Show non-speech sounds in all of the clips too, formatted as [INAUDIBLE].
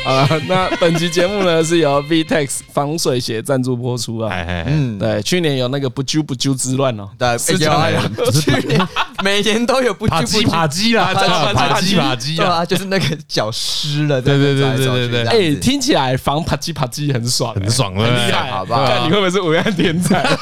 [LAUGHS] 好了，啊那本期节目呢是由 VTEX 防水鞋赞助播出啊。哎哎哎，嗯，对，去年有那个不揪不揪之乱哦，对，是有这样啊来的有去年每年都有不扒鸡扒鸡啦，对啊扒鸡扒鸡对啦，啊，就是那个脚湿了，对对对在那边走来走去对对对这哎、样子听起来防啪叽啪叽很爽、很爽很对不对厉害，好吧看你会不会是文案天才？ [LAUGHS]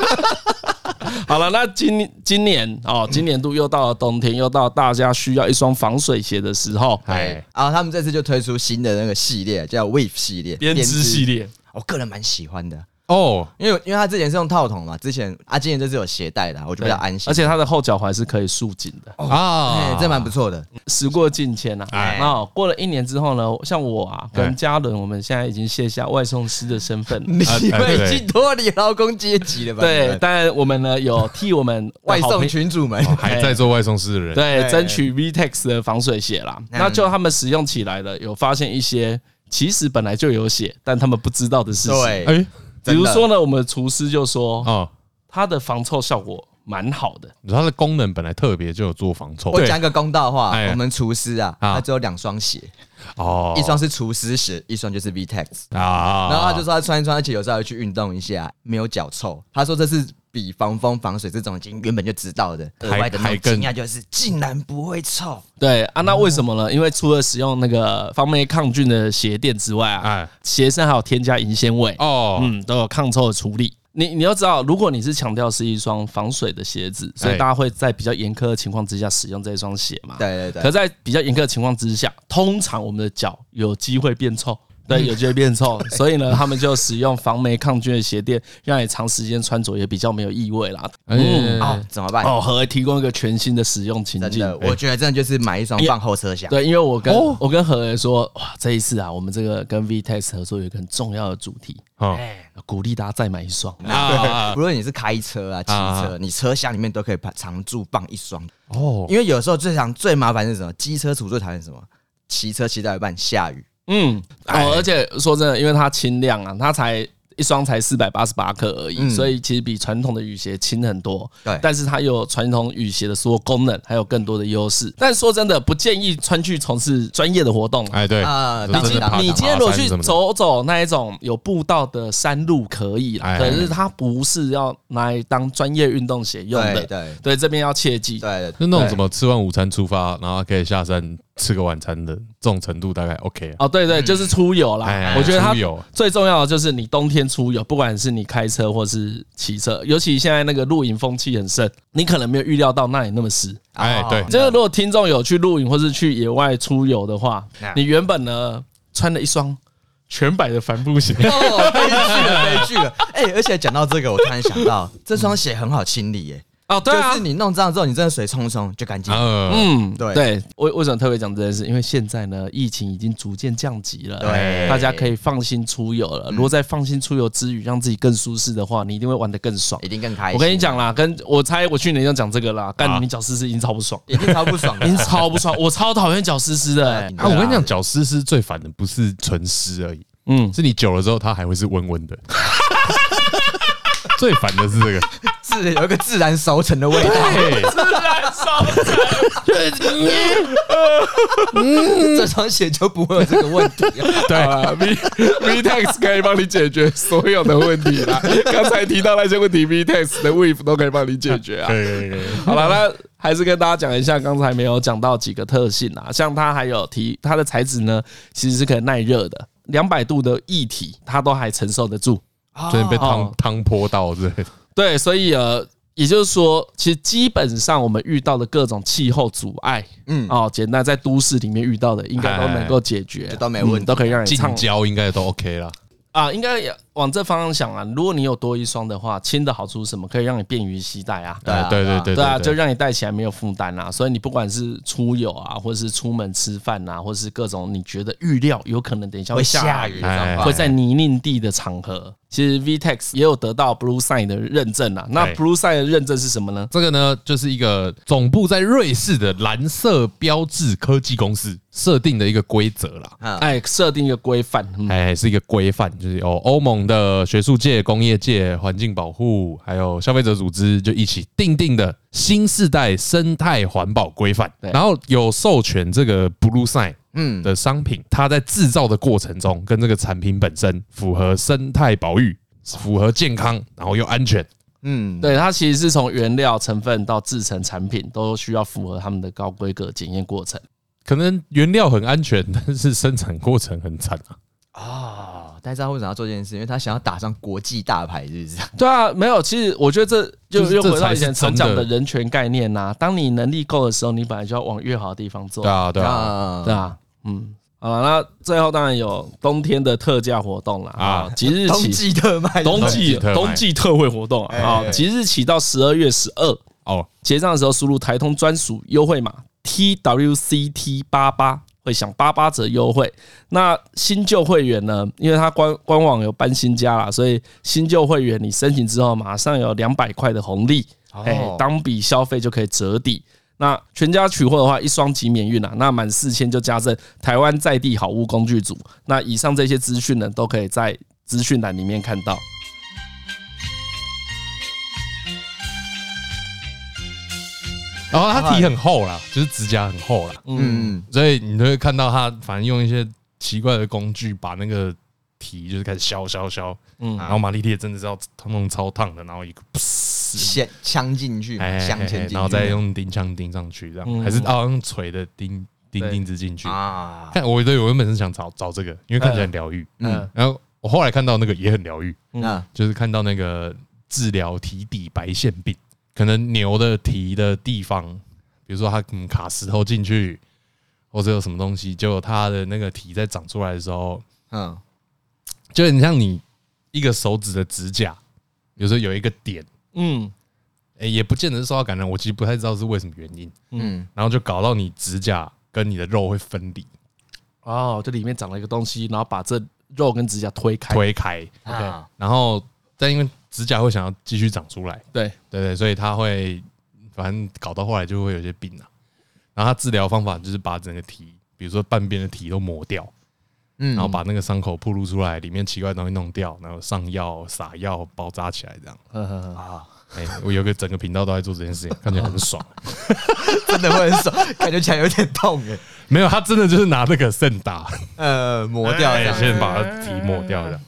好了，那今今年哦，今年度又到了冬天，又到大家需要一双防水鞋的时候，哎，然后他们这次就推出新的那个系列，叫 Wave 系列，编织系，列，我个人蛮喜欢的，哦，因为因为他之前是用套筒嘛，之前啊，今年这次有鞋带的啊，我就比较安心，而且它的后脚踝是可以束紧的。哎啊，这蛮不错的，时过境迁啊，哎那、过了一年之后呢，像我啊哎跟嘉伦，我们现在已经卸下外送师的身份了。你 [LAUGHS] 哎们对已经脱离劳工阶级了吧？你对，们当然我们呢有替我们哎外好朋送群主们，还在做外送师的人，对，对争取 VTEX 的防水鞋啦。那就他们使用起来了，有发现一些其实本来就有写，但他们不知道的事情。对，哎，比如说呢，我们厨师就说哦，它的防臭效果蛮好的，你说它的功能本来特别就有做防臭，我讲一个公道话哎，我们厨师啊，啊他只有两双鞋，哦一双是厨师鞋，一双就是 VTEX。啊，然后他就说他穿一穿，而且有时候还会去运动一下，没有脚臭。他说这是比防风防水这种已经原本就知道的，还额外的那还种更惊讶就是竟然不会臭。对啊，那为什么呢？因为除了使用那个方面抗菌的鞋垫之外啊哎，鞋身还有添加银纤维，哦，嗯，都有抗臭的处理。你你要知道，如果你是强调是一双防水的鞋子，所以哎大家会在比较严苛的情况之下使用这一双鞋嘛？对对可对，在比较严苛的情况之下，通常我们的脚有机会变臭，对，有机会变臭，所以呢，他们就使用防霉抗菌的鞋垫，让你长时间穿着也比较没有异味啦。嗯，哦，怎么办？哦，和提供一个全新的使用情真境的，。哎我觉得真的就是买一双放后车厢。对，因为我跟、哦我跟何爷说，哇，这一次啊，我们这个跟 VTEX 合作有一个很重要的主题，哦鼓励大家再买一双。啊，无论你是开车啊、骑啊车，你车厢里面都可以把常驻放一双，哦，因为有时候最常最麻烦是什么？机车主最讨厌什么？骑车骑到一半下雨，嗯，哎哦，而且说真的，因为它轻量啊，它才一双才四百八十八克而已，嗯所以其实比传统的雨鞋轻很多。对但是它又有传统雨鞋的所有功能，还有更多的优势。但说真的，不建议穿去从事专业的活动。哎对啊这真的当然爬呃你山今天如果爬山去什么的走走那一种有步道的山路可以啦，哎可是它不是要拿来当专业运动鞋用对的。对对，这边要切记。对对，就那种对什么吃完午餐出发，然后可以下山吃个晚餐的这种程度，大概 OK 啊。哦，对对，就是出游啦哎。我觉得它出游最重要的就是你冬天出游，不管是你开车或是骑车，尤其现在那个露营风气很盛，你可能没有预料到那里那么湿。嗯哎哦对就是如果听众有去露营或是去野外出游的话嗯，你原本呢穿了一双全白的帆 [LAUGHS] 布鞋，哦，悲剧了，悲剧了。哎、而且讲到这个，我突然想到，这双鞋很好清理耶、哦，对啊就是，你弄脏之后，你真的水冲冲就干净。嗯，嗯，对对，为为什么特别讲这件事？因为现在呢，疫情已经逐渐降级了，对大家可以放心出游了。如果在放心出游之余，让自己更舒适的话，你一定会玩得更爽一。定更开心。啊我跟你，讲啦，跟我猜我去年就讲这个啦，干你脚湿湿已经超不 [LAUGHS] 爽，一定超不爽的已。经超不爽，我超讨厌脚湿湿的、欸。啊，我跟你讲，脚湿湿最烦的不是纯湿而已，嗯，是你久了之后它还会是温温的。最烦的是这个，自有一个自然熟成的味 [LAUGHS] 道，对，这双鞋就不会有这个问题。 [LAUGHS] 对，V VTEX 可以帮你解决所有的问题 [LAUGHS] 啦。刚才提到那些问题，VTEX 的 Wave 都可以帮你解决 [LAUGHS] 啊。对对对，好了，那还是跟大家讲一下，刚才没有讲到几个特性啊，像它还有提它的材质呢，其实是可以耐热的，两百度的液体它都还承受得住。真的被汤哦汤泼到之类的。对，所以呃，也就是说，其实基本上我们遇到的各种气候阻碍，嗯，哦，简单在都市里面遇到的，应该都能够解决，嗯哎都没问题都可以让你近畅郊应该都 OK 啦。啊，应该也往这方向想啊。如果你有多一双的话，轻的好处是什么？可以让你便于携带啊。对啊哎对对对对啊，就对让你带起来没有负担啊。所以你不管是出游啊，或是出门吃饭啊，或是各种你觉得预料有可能等一下会下下雨，哎哎，会在泥泞地的场合，其实 VTEX 也有得到 Blue Sign 的认证啊。那哎 Blue Sign 的认证是什么呢？这个呢，就是一个总部在瑞士的蓝色标志科技公司设定的一个规则啦。啊哎，设定一个规范，嗯哎，是一个规范，就是有欧盟的学术界、工业界、环境保护，还有消费者组织就一起定定的新世代生态环保规范。对然后有授权这个 Blue Sign 嗯，的商品，它在制造的过程中跟这个产品本身符合生态保育、符合健康，然后又安全。嗯，对，它其实是从原料成分到制成产品都需要符合他们的高规格检验过程可能原料很安全，但是生产过程很惨啊。啊，大家知道为什么要做这件事？因为他想要打上国际大牌，是不是？对啊，没有，其实我觉得这就就是又这回到才以是前常真讲的的人权概念呐、当你能力够的时候，你本来就要往越好的地方做。对啊，对啊，啊对啊，嗯，好了，那最后当然有冬天的特价活动啦。啊啊，即 [LAUGHS] 日冬起，季特卖，冬季特卖冬季特惠活动哎啊，哎啊，即日起到十二月十二，哦，结账的时候输入台通专属优惠码 TWCT 八八。会享八八折优惠。那新旧会员呢？因为它官官网有搬新家啦，所以新旧会员你申请之后，马上有两百块的红利。哎、哦当笔消费就可以折抵。那全家取货的话，一双即免运啊，那满四千就加赠台湾在地好物工具组。那以上这些资讯呢，都可以在资讯栏里面看到。然后它题很厚啦，就是指甲很厚啦，嗯，嗯，所以你就会看到它反正用一些奇怪的工具把那个题就是开始削削削，嗯嗯，然后马力铁真的是要弄超烫的，然后一个先枪进去嘛，哎镶嵌进去，然后再用钉枪钉上去，这嗯样还是啊用锤的钉钉钉子进去。啊，看，我对我原本是想找找这个，因为看起来很疗愈，嗯嗯然后我后来看到那个也很疗愈，那就是看到那个治疗体底白腺病，可能牛的蹄的地方，比如说它嗯卡石头进去，或者有什么东西，结果它的那个蹄在长出来的时候，嗯就很像你一个手指的指甲，有时候有一个点，嗯，诶、也不见得是受到感染，我其实不太知道是为什么原因，嗯，然后就搞到你指甲跟你的肉会分离哦，这里面长了一个东西，然后把这肉跟指甲推开。推开，啊然后但因为指甲会想要继续长出来，对，对对，所以他会反正搞到后来就会有些病啊。然后他治疗方法就是把整个蹄，比如说半边的蹄都磨掉，嗯，然后把那个伤口暴露出来，里面奇怪的东西弄掉，然后上药、撒药、包扎起来这样。呵呵呵啊，哎、我有个整个频道都在做这件事情，看起来很爽。真的会很爽， [LAUGHS] 感觉起来有点痛哎，没有，他真的就是拿那个肾打，呃，磨掉这哎样，先把它蹄磨掉的。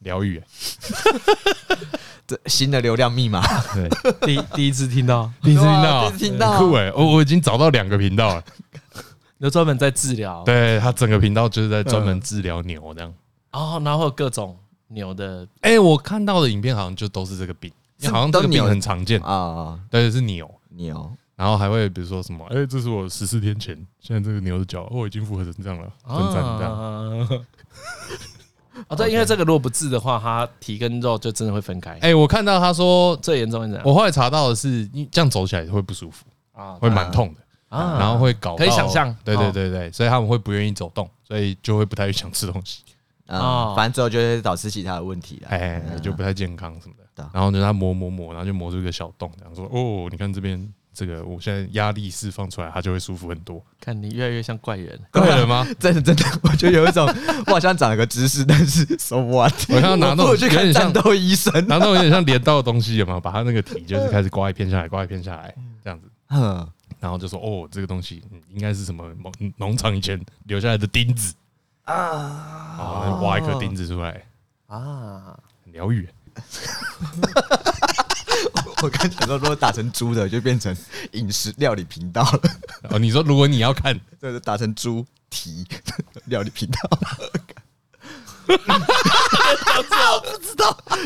疗愈、这新的流量密 [LAUGHS] 码，对，第第一次听到，第一次对听啊到，第一次听到啊很酷哎、我我已经找到两个频道了， [LAUGHS] 有专门在治疗。，对他整个频道就是在专门治疗牛这样。哦，然后有各种牛的，哎、我看到的影片好像就都是这个病，因为好像这个病很常见，啊，对，是牛，牛，然后还会比如说什么，哎、这是我十四天前，现在这个牛的脚，哦，已经复合成这样了，真赞这样。啊。哦，对，因为这个如果不治的话，它蹄跟肉就真的会分开。哎、我看到他说，最严重是怎样我后来查到的是，你这样走起来会不舒服，啊会蛮痛的，啊然后会搞到可以想象对哦对对对，所以他们会不愿意走动，所以就会不太想吃东西，啊哦，反正之后就会导致其他的问题了，啊哎、就不太健康什么对啊的。然后就他磨磨磨，然后就磨出一个小洞，这样说，哦，你看这边这个，我现在压力释放出来，它就会舒服很多。看你越来越像怪人。对了吗？真的真的， [LAUGHS] 我觉得有一种我好像长了个知识，但 [LAUGHS] 是 so what？我像拿那种我不如去有看点战像斗医生，然后有点像镰刀的东西，有没有？把它那个体就是开始刮一片下来，刮一片下来这样子，嗯，然后就说哦，这个东西、嗯应该是什么农农场以前留下来的钉子啊，然后挖一颗钉子出来，啊，很疗愈。我刚想说，如果打成猪的，就变成饮食料理频道 [LAUGHS] 了，哦，你说如果你要看，对，就打成猪蹄 [LAUGHS] 料理 [LAUGHS] 频道。我不知道， [LAUGHS] 哎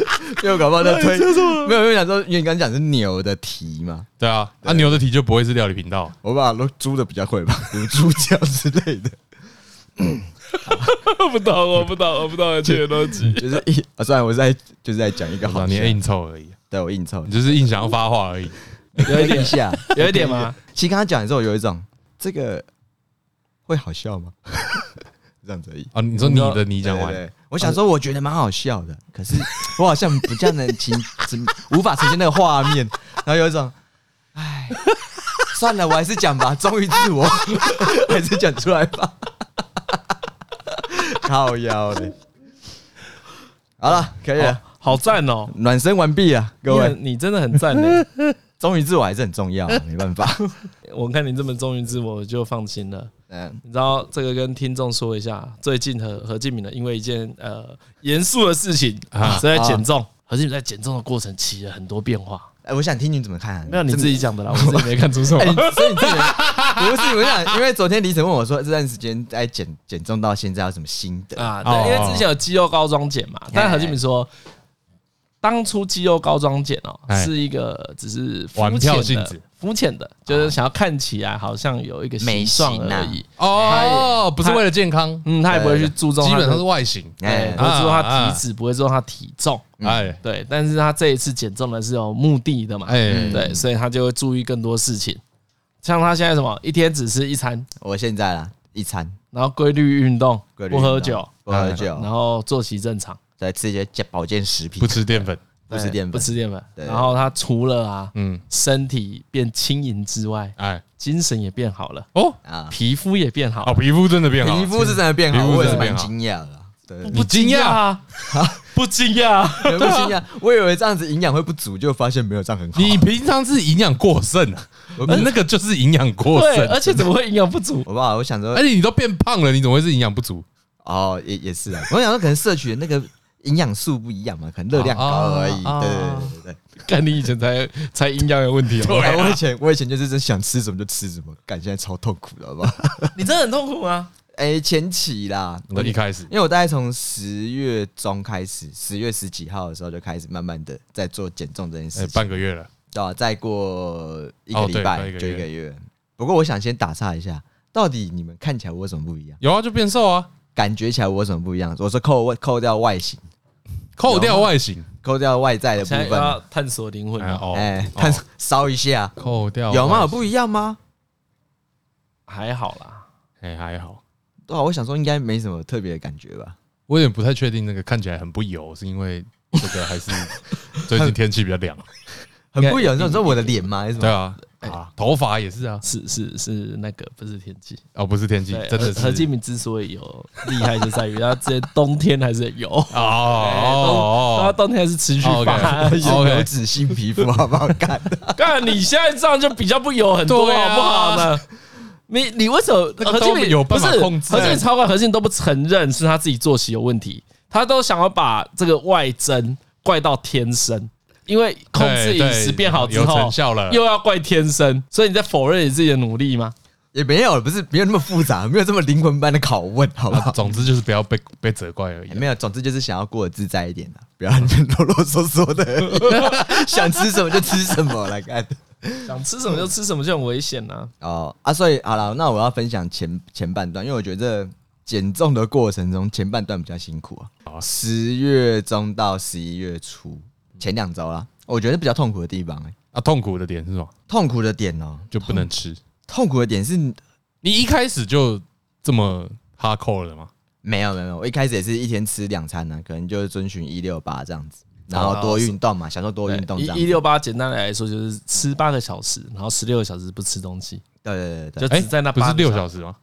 因为我搞不好在推，没有，因为想说，因为你刚刚讲是牛的蹄嘛，对啊，那、牛的蹄就不会是料理频道，我把猪的比较 [LAUGHS] 会吧，卤猪脚之类的， [LAUGHS] 我不懂，我不懂，我不懂这些逻辑。 [LAUGHS] 就是一啊，虽然我是在就是啊在讲一个我知道好啊你笑硬凑而已，对我硬凑你，就是硬想要发话而已。有一点一，下， [LAUGHS] 有一点吗？其实刚刚讲的时候，有一种这个会好笑吗？ [LAUGHS] 这样子而已。啊，你说你的你讲对对完，对我想说，我觉得蛮好笑的，可是我好像不太能情，怎无法呈现那个画面，然后有一种，唉，算了，我还是讲吧，忠于自我， [LAUGHS] 还是 [LAUGHS] 讲出来吧，靠腰嘞，好了，可以了，好赞哦！暖身完毕了，各位，你你真的很赞呢。 [LAUGHS] 忠于自我还是很重要啊，没办法。我看你这么忠于自我，我就放心了。嗯，你知道这个跟听众说一下，最近何何敬敏呢，因为一件呃严肃的事情啊啊，是在减重。何敬敏在减重的过程起了很多变化，哎，我想听你怎么看啊，没有你这自己讲的啦，我自己没看出什哎，么你。所以你自己不是我想，因为昨天李晨问我说，这段时间在减减重到现在有什么心得？啊，哦对，因为之前有肌肉高装减嘛，但何敬敏说，当初肌肉高装减哦，哎是一个只是肤玩票浅性的质、肤浅的，就是想要看起来好像有一个美形状型而啊已。哦，不是为了健康，嗯，他也不会去注重基他本的，上是外形。哎，哎不，会注重他啊体脂，不会注重他体重。哎对，但是他这一次减重呢是有目的的嘛，哎，嗯对，所以他就会注意更多事情。像他现在什么，一天只吃一餐，我现在啦，一餐然后规律运动，规不律运喝动酒，不喝然酒，后作息正常，再吃一些健保健食品不，吃淀粉。不吃对淀不粉，吃淀粉。对然后他除了啊，嗯，身体变轻盈之外，哎，精神也变好了，哦，啊，皮肤也变好哦，了。皮肤真的变好，皮肤是真的变皮好，肤我真也是的变蛮好惊讶的啦。对，你惊讶啊？不惊讶啊？不惊讶，我以为这样子营养会不足，就发现没有这样很好。你平常是营养过剩啊，我那个就是营养过对，剩，而且怎么会营养不 [LAUGHS] 足？我爸，我想说而，且你都变胖了，你怎么会是营养不足？哦，也也是啊，我想说可能摄取的那个营养素不一样嘛，可能热量高而已。啊啊对对对对对看你以前才才营养有问题哦，对，我以前我以前就是真想吃什么就吃什么，感现在超痛苦的，好不好？你真的很痛苦吗？哎，前期啦，那一开始因为我大概从十月中开始，十月十几号的时候就开始慢慢的在做减重这件事哎，情，半个月了，对吧？再过一个哦礼对拜快一个就一月个月。不过我想先打岔一下，到底你们看起来我有什么不一样？有啊，就变瘦啊，感觉起来我有什么不一样？我说扣外扣掉外形，扣掉外形，扣掉外在的部现在又要分，探索灵魂哎了，哦，哎，哦看烧一下，扣掉有吗？外有形？不一样吗？还好啦。哎，还好，对啊，我想说应该没什么特别的感觉吧。我有点不太确定，那个看起来很不油，是因为这个还是 [LAUGHS] 最近天气比较凉，很不一样，你说我的脸吗？还是什对么？啊，啊，头发也是啊，是是是那个，不是天气。哦，不是天气对，，真的呃何何是敬敏之所以有厉害，就在于他之前冬天还是有， [LAUGHS] 哎哦他哦冬天还是持续哦发。 ，OK 是油脂性皮肤好不好看？ [LAUGHS] 干，你现在这样就比较不油很多，对啊好不好呢？你你为什么那个何敬都敏有不办是法控制啊何敬敏超管何敬敏都不承认是他自己作息有问题，他都想要把这个外征怪到天生，因为控制对饮对食变好之有后成效了又要怪天生，所以你在否认你自己的努力吗？也没有，不是没有那么复杂，没有这么灵魂般的拷问，好不啊 [LAUGHS] 好？总之就是不要被被责怪而已啊哎也。没有，总之就是想要过得自在一点啦，不要啰啰嗦嗦 [LAUGHS] 的，想吃什么就吃什么来看。想吃什么就吃什么就很危险呐、哦啊，所以好了，那我要分享前前半段，因为我觉得减重的过程中前半段比较辛苦好啊，啊十月中到十一月初前两周啦，我觉得比较痛苦的地方、欸，啊，痛苦的点是什么？痛苦的点哦、就不能吃。痛苦的点是你一开始就这么哈扣了吗？没有没有没有，我一开始也是一天吃两餐呢、啊可能就是遵循一六八这样子，然后多运动嘛，享受多哦对运动这样一一子。六八简单来说就是吃八个小时，然后十六个小时不吃东西，对对对对就对，哎只在那不是八个六小小时吗？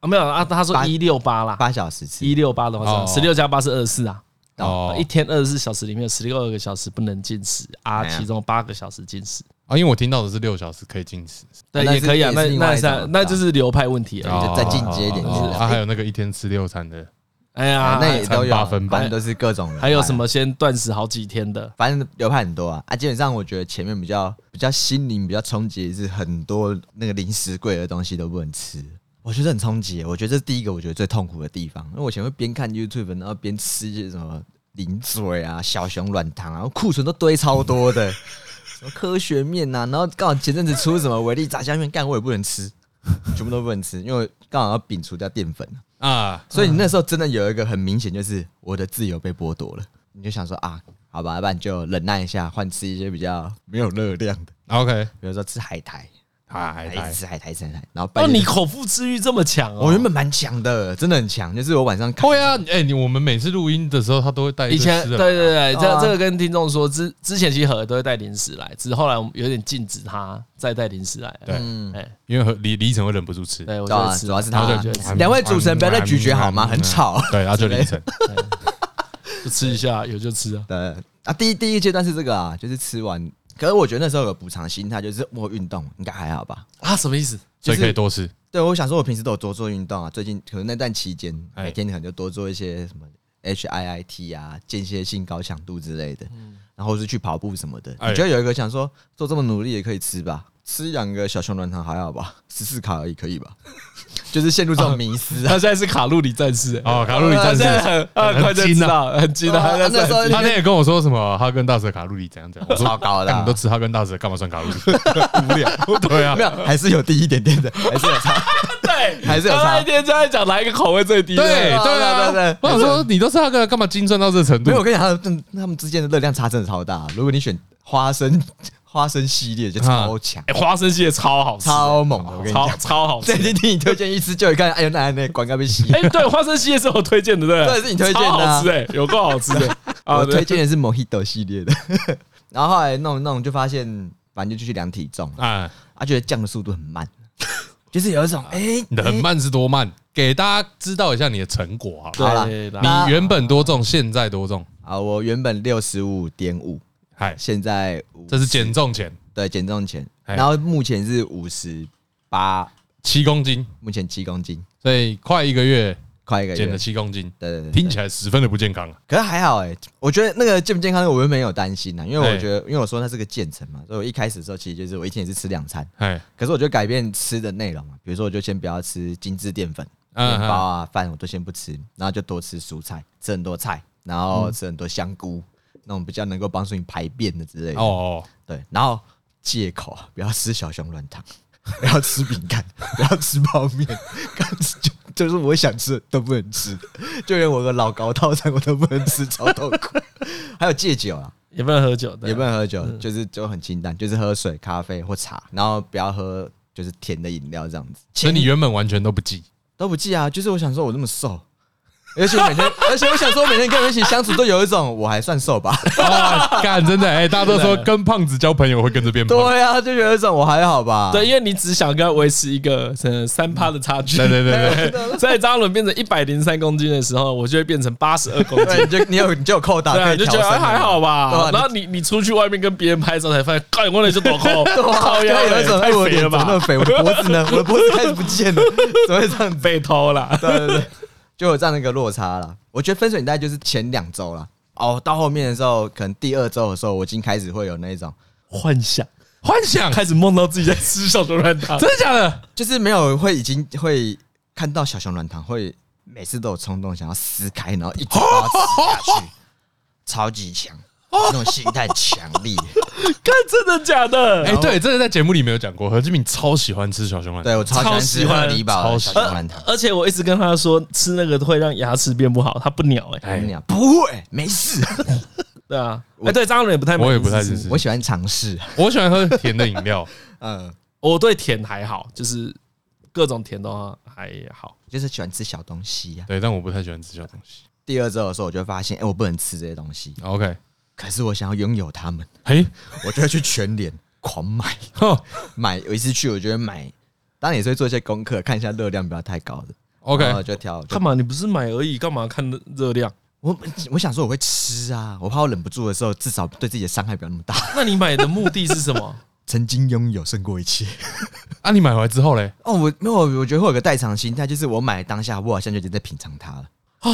啊，没有啊，他说八一六八啦，八小时吃一六八的话哦是十六加八是二十四啊。哦一天二十四小时里面有十六个小时不能进食啊，哎呀其中八个小时进食，啊，因为我听到的是六小时可以进食，对，哎那也是可以啊，也是那另那外一种是那就是流派问题啊。就再进阶一点哦就是啊，还有那个一天吃六餐 [LAUGHS] 的，哎呀啊，那也都有八分，反正都是各种流派啊。还有什么先断食好几天的，反正流派很多啊啊！基本上我觉得前面比较比较心灵比较冲击的是很多那个零食柜的东西都不能吃，我觉得很冲击。我觉得这是第一个我觉得最痛苦的地方，因为我以前会边看 YouTube 然后边吃一些什么零嘴啊、小熊软糖啊，然后库存都堆超多的，什么科学面呐、啊，然后刚好前阵子出什么维力炸酱面，干我也不能吃，全部都不能吃，因为刚好要摒除掉淀粉啊。啊，所以你那时候真的有一个很明显，就是我的自由被剥夺了。你就想说啊，好吧，要不然就忍耐一下，换吃一些比较没有热量的， ，OK，比如说吃海苔，海一苔直吃海苔，吃海苔。然后半哦，夜你口腹之欲这么强哦。我原本蛮强的，真的很强，就是我晚上看，会啊，哎，你我们每次录音的时候，他都会带一以堆前吃对的对对，对啊这这个跟听众说，之之前其实何都会带零食来，只是后来我们有点禁止他再带零食来了。对嗯，哎，因为和李李晨会忍不住吃，对，我对就啊会吃，主要是然后他就会吃嗯 [LAUGHS] 两位主持人不要再咀嚼好吗很吵对，然后就凌晨，对就吃一下，有就吃啊。对啊，第一第一阶段是这个啊，就是吃完。可是我觉得那时候有补偿心态，就是我运动应该还好吧？啊，什么意思？所就以可以是多吃。对，我想说我平时都有多做运动啊，最近可能那段期间哎每天可能就多做一些什么 HIIT 啊、间歇性高强度之类的，然后是去跑步什么的。嗯哎你觉得有一个想说做这么努力也可以吃吧？吃两个小熊软糖还好吧？十四卡而已可以吧？ [LAUGHS] 就是陷入这种迷思 [LAUGHS] 他啊。现在是卡路里战士、欸，哦，卡路里战士，他现在很啊，快很就精知啊道，很精的。他啊现在那时候他那也跟我说什么哈根达斯的卡路里怎样怎 [LAUGHS] 样，我说超高的啊干你都吃哈根达斯，干嘛算卡路里？ [LAUGHS] 无聊，对啊没，有，还是有低一点点的，还是有差。 [LAUGHS] 对，还是有他差那天就在讲哪一个口味最低，对对不啊，对对对我想说你都吃哈根达斯，干嘛精算到这程没有，度我？跟你讲，他们他们之间的热量差真的超大。啊如果你选花生花生系列，就啊超强、哎花生系列超好吃，欸超猛啊的。我跟你超讲，超 [LAUGHS] 好吃欸这。已经听你推荐一吃就一看，哎呦，那那广告被洗。哎、对，花生系列是我推荐的，对不对，对是你推荐的超啊好吃哎、有够好吃 [LAUGHS] 的啊！我对推荐的是 Mojito 系列的， [LAUGHS] 然后后来弄一弄就发现，反正就去量体重，啊，啊，觉得降的速度很慢，就是有一种哎，你的很慢是多慢？给大家知道一下你的成果好了。好啦对啦那你原本多重，现在多重？啊，我原本六十五点五，嗨，现在五这是减重前对减重前，哎然后目前是五十八，七公斤，目前七公斤，所以快一个月快一个减了月，七公斤，对对对，听起来十分的不健康啊。可是还好哎、我觉得那个健不健康，我又没有担心呐，因为哎我觉得，因为我说它是个渐层嘛，所以我一开始的时候其实就是我一天也是吃两餐，哎，可是我就改变吃的内容嘛，比如说我就先不要吃精致淀粉、面嗯包啊、饭，我都先不吃，然后就多吃蔬菜，吃很多菜，然后吃很多香菇，那种比较能够帮助你排便的之类的。哦哦，对，然后借口啊，不要吃小熊软糖， [LAUGHS] 不要吃饼干， [LAUGHS] 不要吃泡面， [LAUGHS] 干就就是我想吃的都不能吃，就连我的老高套餐我都不能吃，超痛苦。 [LAUGHS] 还有戒酒啊，也不能喝酒，对啊也不能喝酒，就是就很清淡，就是喝水、咖啡或茶，然后不要喝就是甜的饮料这样子。所以你原本完全都不记，都不记啊，就是我想说我那么瘦。 [LAUGHS] 而且我每天，而且我想说，我每天跟人一起相处，都有一种我还算 [LAUGHS] 瘦吧。哦， [LAUGHS] 干真的哎，大家都说跟胖子交朋友会跟着变胖，对啊，就有一种我还好吧。对，因为你只想跟他维持一个呃三趴的差距，对对对对， [LAUGHS] 所以张伦变成一百零三公斤的时候，我就会变成八十二公斤。对，你就你有你就有扣打，对啊，可以你就调觉得整哎还好对吧啊。然后你你出去外面跟别人拍照才发现，干我那就多高，靠对腰啊有一种哎，太我肥脸了怎么那么吧，肥？我的脖子呢？ [LAUGHS] 我的脖子开始不见了，怎么会这样子？被偷了。 [LAUGHS] 对对对，就有这样的一个落差了。我觉得分水岭大概就是前两周了。哦，到后面的时候，可能第二周的时候，我已经开始会有那种，幻想幻想开始梦到自己在吃小熊软糖，真的假的？就是没有会已经会看到小熊软糖，会每次都有冲动想要撕开，然后一直把它吃下去，超级强，那种心态强烈。看真的假的？哎，对，这个在节目里没有讲过，何志敏超喜欢吃小熊软糖，对我超喜欢吃喝李宝的小熊软糖，而且我一直跟他说吃那个会让牙齿变不好，他不鸟哎、我跟你讲不会，没事，对啊，哎、对张伦也不太，我也不太支持我喜欢尝试。我喜欢喝甜的饮料， [LAUGHS] 嗯，我对甜还好，就是各种甜都还好。就是喜欢吃小东西呀、对，但我不太喜欢吃小东西。第二周的时候，我就发现，哎、我不能吃这些东西， OK，可是我想要拥有它们，嘿，哦我就会去全联狂买哼买。有一次去，我就会买，当然也是会做一些功课，看一下热量不要太高的。然后，OK，就挑。就干嘛？你不是买而已，干嘛看热量？我我想说我会吃啊，我怕我忍不住的时候，至少对自己的伤害不要那么大。那你买的目的是什么？曾经拥有胜过一切。啊，你买回来之后嘞，哦，我没有，我觉得会有个代偿心态，就是我买当下，我好像就已经在品尝它了。啊，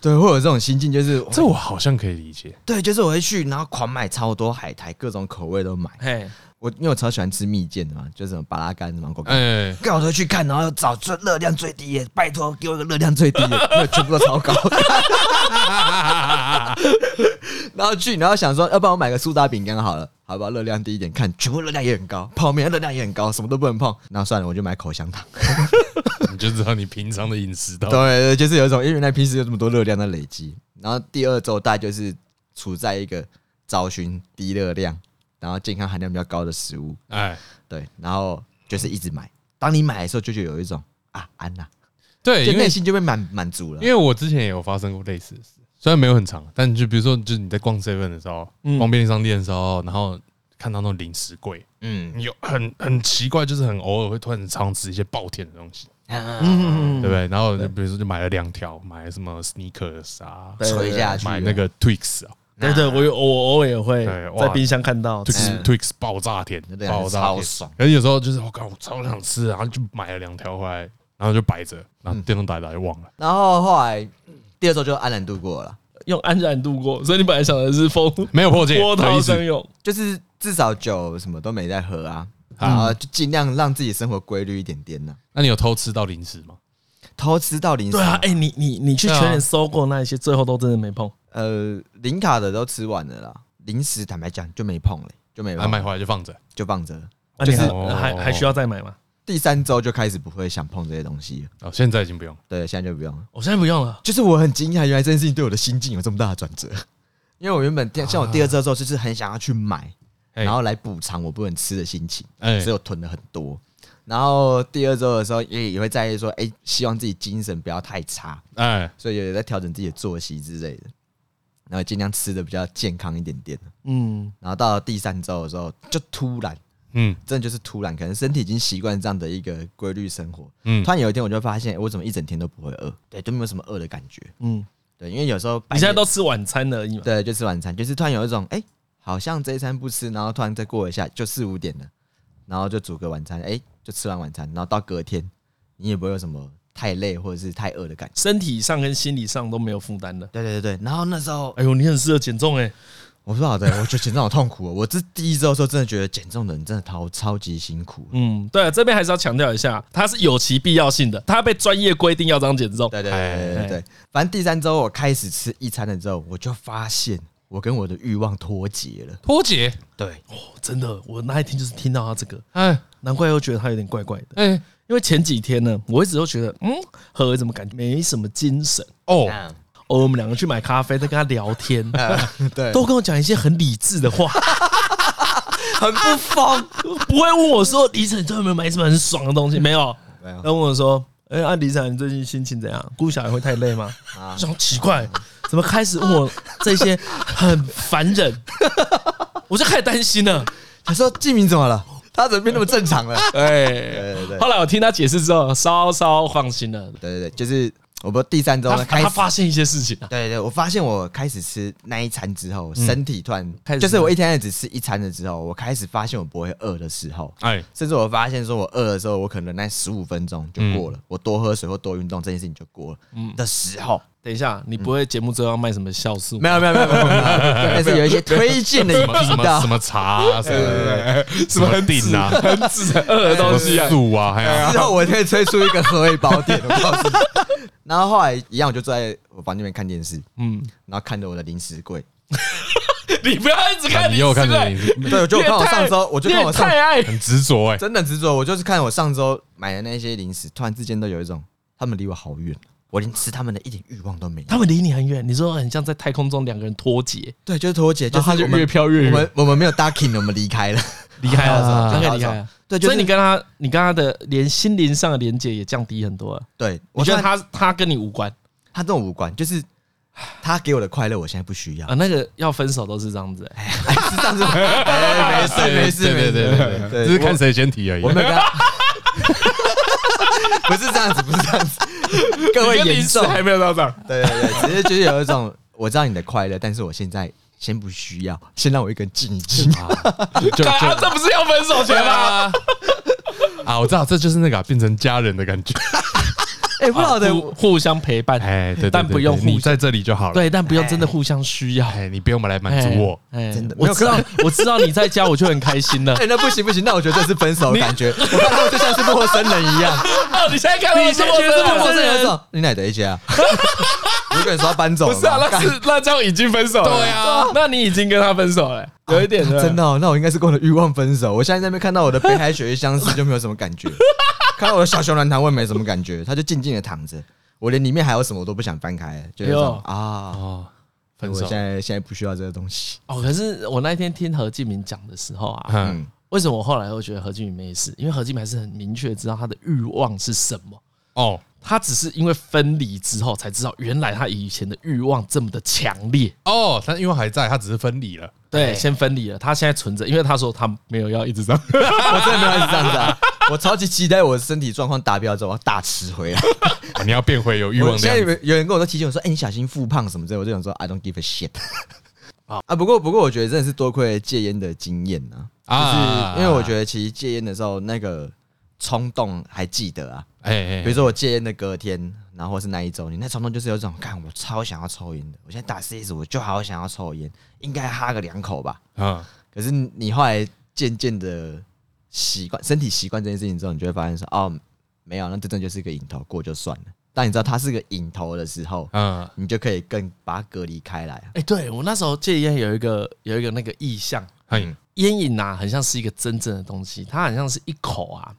对，会有这种心境，就是我这我好像可以理 [LAUGHS] 解。对，就是我会去，然后狂买超多海苔，各种口味都买。嘿，我因为我超喜欢吃蜜饯的嘛，就是什么巴拉干、芒果干，哎，干我都会去看，然后找最热量最低的，拜托给我一个热量最低的， [LAUGHS] 因为全部都超高。 [LAUGHS] 然后去，然后想说，要不然我买个苏打饼干好了，好吧，热量低一点，看全部热量也很高，泡面热量也很高，什么都不能碰。那算了，我就买口 [LAUGHS] 香糖。你就知道你平常的饮食到底。对，就是有一种，因为原来平时有这么多热量的累积，然后第二周大概就是处在一个找寻低热量，然后健康含量比较高的食物。哎，对，然后就是一直买。当你买的时候，就就有一种啊安啦、对，就哎因为内心就被满满足了因。为我之前也有发生过类似的事，虽然没有很长，但就比如说，就是你在逛 seven 的时候，嗯逛便利商店的时候，然后看到那种零食柜，嗯你有很很奇怪，就是很偶尔会突然尝试一些暴殄的东西，嗯，对不对？然后就比如说就买了两条，买什么 sneakers 啊，对垂下去买那个 Twix 啊 [LAUGHS] 对对，我有我偶尔也会对哇在冰箱看到， ，Twix Twix 爆炸甜真的，啊爆炸超甜，爽，而且有时候就是我靠，我超想吃，然后就买了两条回来，然后就摆着，然后电动打一打就忘了。然后后来第二周就安然度过了，用安然度过。所以你本来想的是风没有破 [LAUGHS] 戒，波不好涛意思汹涌，就是至少酒什么都没在喝啊，然后就尽量让自己生活规律一点点呢、那你有偷吃到零食吗？偷吃到零食，对啊，哎，你你你去对啊全脸搜过那一些，最后都真的没碰。呃，零卡的都吃完了啦，零食坦白讲就没碰了，就没还碰，啊买回来就放着。就放着了。那啊你还就是还还需要再买吗？第三周就开始不会想碰这些东西了，哦，现在已经不用。对，现在就不用了。我现在不用了。就是我很惊讶，原来这件事情对我的心境有这么大的转折。 [LAUGHS] 因为我原本第像我第二周的时候，就是很想要去买，嘿然后来补偿我不能吃的心情，哎所以我囤了很多。然后第二周的时候，也也会在意说，哎，希望自己精神不要太差，哎，所以也在调整自己的作息之类的，然后尽量吃的比较健康一点点。嗯，然后到了第三周的时候，就突然嗯真的就是突然，可能身体已经习惯这样的一个规律生活。嗯突，然有一天，我就发现诶我怎么一整天都不会饿，对，都没有什么饿的感觉。嗯，对，因为有时候白你现在天都吃晚餐而已嘛。对，就吃晚餐，就是突然有一种哎、诶好像这一餐不吃，然后突然再过一下就四五点了，然后就煮个晚餐，哎、就吃完晚餐，然后到隔天你也不会有什么太累或者是太饿的感觉。身体上跟心理上都没有负担的。对对对对，然后那时候哎呦，你很适合减重哎、我说好的，我觉得减重好痛苦、哦。我这第一周的时候真的觉得减重的人真的超超级辛苦。嗯，对、这边还是要强调一下，它是有其必要性的，它被专业规定要这样减重。对对对对对，反正第三周我开始吃一餐了之后，我就发现我跟我的欲望脱节了。脱节。对，哦真的，我那一天就是听到他这个，哎难怪又觉得他有点怪怪的。哎因为前几天呢，我一直都觉得，嗯，何为怎么感觉没什么精神？啊哦，哦，我们两个去买咖啡，在跟他聊 [LAUGHS] 天，哎对，都跟我讲一些很理智的话， [LAUGHS] 很不疯。不会问我说，李晨，你最近有没有买什么很爽的东西？没有，没有然后问我说：“哎、啊，李长，你最近心情怎样？顾小孩会太累吗？”啊我想奇怪，怎么开始问我这些很烦 [LAUGHS] 人，我就开始担心了。他说季明怎么了？他怎么变那么正常了？哎，对对后来我听他解释之后，稍稍放心了。对对，就是我不第三周他开他始，发现一些事情啊，对对，我发现我开始吃那一餐之后，身体突然开始就是我一天只吃一餐了之后，我开始发现我不会饿的时候，哎甚至我发现说我饿的时候，我可能那十五分钟就过了，我多喝水或多运动这件事情就过了、的时候，等一下，你不会节目最后要卖什么酵素？没有没有没有没有，没有但是有一些推荐的什影么什频么道什，么茶啊，什么什么顶啊，很止饿的东西什么啊。素啊， [LAUGHS] 还有之后我就会推出一个合味宝典，我告诉你。然后后来一样，我就坐在我房间里面看电视，嗯，然后看着我的零食柜，你不要一直看你又看着啊你你是对，我就你也看我上太周，我就你看也我上太爱很执着哎，真的执着，我就是看我上周买的那些零食，突然之间都有一种他们离我好远，我连吃他们的一点欲望都没有。他们离你很远，你说很像在太空中两个人脱节，对，就是脱节，就然是后他就我们越飘越我远。们我们没有 ducking，我们离开了。离开了， [LAUGHS] 啊是吧真的离开了。对，就所以你是跟他，你跟他的连心灵上的连接也降低很多了。对，我我觉觉得得他他他跟你无关他这种无关，就是他给我的快乐，我现在不需 [LAUGHS] 要啊，。那个要分手都是这样子、欸。哎是这样子吗，哎，没事没事对对没事，对对对，对只是看谁先提而已我。没有 [LAUGHS] 跟他，，Oh 不是这样子，不是这 [LAUGHS] 样子，各位你跟严林子重，还没有到这儿，对对对，只是就是有一种我知道你的快乐，但是我现在先不需要，先让我一个人静一静。就就啊，这不是要分手前吗？啊 [LAUGHS] 啊，我知道，这就是那个啊变成家人的感觉。 [LAUGHS] 哎，不晓得互互相陪伴，哎，对，对但对不用对互你在这里就好了。，对，但不用真的互相需要。哎，你不用来满足我。哎，哎真的没我有知道，我知道你在家，我就很开心 [LAUGHS] 了。哎，那不行不行，那我觉得这是分手的感觉，我看他们就像是陌生人一样，哦， [LAUGHS] 你现在看到你现在觉得是陌陌生人有一种 [LAUGHS] 你哪的 A [LAUGHS] 啊？你跟你说要搬走了不吗，是啊，那是那这样已经分手了。对啊，那你已经跟他分手了、有一点真的、哦，那我应该是跟我的欲望分手。我现在在那边看到我的北海雪域相思就没有什么感 [LAUGHS] 觉，看到我的小熊软糖我也没什么感觉，它就静静的躺着，我连里面还有什么我都不想翻开，就有一种啊，哦，分我手现。在现在不需要这个东西。 [LAUGHS] 哦。可是我那天听何敬明讲的时候啊，嗯嗯，为什么我后来会觉得何敬明没事？因为何敬明还是很明确知道他的欲望是什么，哦，他只是因为分离之后才知道，原来他以前的欲望这么的强烈。哦，他因为还在，他只是分离了。对，先分离了。他现在存着，因为他说他没有要一直上。我真的没有一直这样子啊！我超级期待我的身体状况达标之后，我要大吃回来。啊你要变回有欲我望现的在样有子。人有人跟我说提醒我说，哎、你小心复胖什么之类的，我就想说 I don't give a shit。啊，哦 [LAUGHS] 不过不过我觉得真的是多亏戒烟的经验呐、啊，啊就是因为我觉得，得其实戒烟的时候那个冲动还记得啊，哎，比如说我戒烟的隔天，然后或是那一周，你那冲动就是有一种，看我超想要抽烟的，我现在打 CS 我就好想要抽烟，应该哈个两口吧。说，啊，可是你后来渐渐的习惯身体习惯这件事情之后，你就会发现说，哦，没有，那真的就是一个瘾头，过就算了。当你知道它是个瘾头的时候，嗯，你就可以更把它隔离开来啊。哎，对我那时候戒烟有一个有一个那个意向，嘿，烟瘾啊，很像是一个真正的东西，它很像是一口啊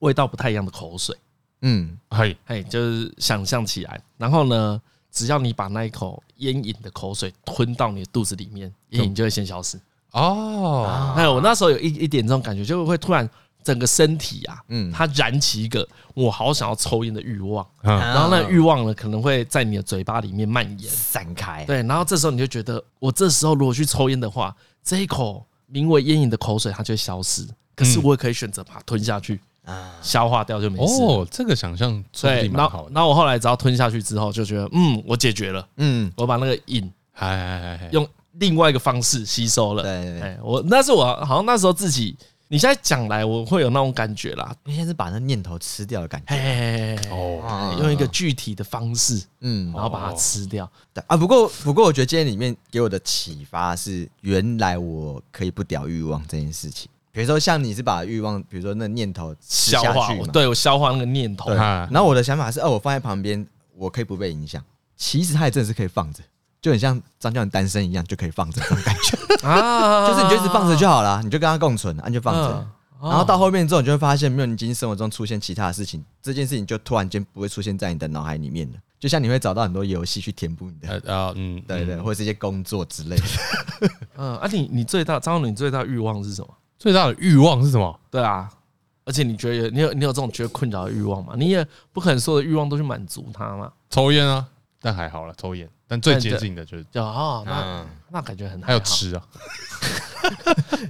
味道不太一样的口水，嗯，嘿，哎，就是想象起来。然后呢，只要你把那一口烟瘾的口水吞到你的肚子里面，烟瘾就会先消失。哦，哎，我那时候有一一点这种感觉，就会突然整个身体啊，嗯它燃起一个我好想要抽烟的欲望，啊嗯，然后那欲望呢，可能会在你的嘴巴里面蔓延。散开，对，然后这时候你就觉得，我这时候如果去抽烟的话，这一口名为烟瘾的口水它就会消失，可是嗯我也可以选择把它吞下去，啊，消化掉就没事。哦，这个想象说不对，定然蛮后好的，然后我后来只要吞下去之后，就觉得嗯，我解决了，嗯，我把那个瘾哎哎哎，用另外一个方式吸收了。对对对，哎，我那是我好像那时候自己，你现在讲来我会有那种感觉啦，因为现在是把那念头吃掉的感觉。嘿，哦，啊用一个具体的方式，嗯然后把它吃掉。对啊，不过不过，我觉得今天里面给我的启发是，原来我可以不屌欲望这件事情。比如说像你是把欲望，比如说那念头吃消下化去，嘛，对我消化那个念头对，，啊然后我的想法是，哦，我放在旁边，我可以不被影响。其实它也真的是可以放着，就很像张教练单身一样，就可以放着这种 [LAUGHS] 感觉，啊就是你就一直放着就好了，你就跟他共存，啊，你就放着。嗯然后到后面之后，你就会发现，没有你今天生活中出现其他的事情，这件事情就突然间不会出现在你的脑海里面了。就像你会找到很多游戏去填补你的，呃啊，嗯，对对，嗯或者是一些工作之类的。嗯，啊你，你最大张总，你最大欲望是什么？最大的欲望是什么？对啊，而且你觉得你有你有这种觉得困扰的欲望吗？你也不可能所有的欲望都去满足它嘛。抽烟啊，但还好了，抽烟，但最接近的就是，就哦，那、嗯，那感觉很还有好。吃啊，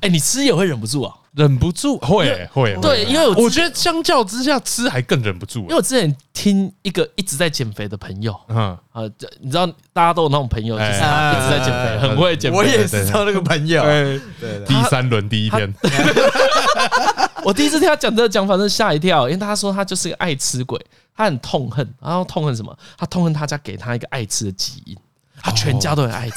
哎、你吃也会忍不住啊、忍不住会会，对，会因为我啊我之觉得相较之下，吃还更忍不住因啊为，我之前听一个一直在减肥的朋友，嗯，呃，这你知道大家都有那种朋友，就是他哎一直在减肥，很会减肥。 [LAUGHS] 我也是交那个朋友，哎，对对，第三轮第一篇， [LAUGHS] 我第一次听他讲这个讲法，真的吓一跳，因为他说他就是个爱吃鬼，他很痛恨，然后痛恨什么？他痛恨他家给他一个爱吃的基因，他全家都很爱吃。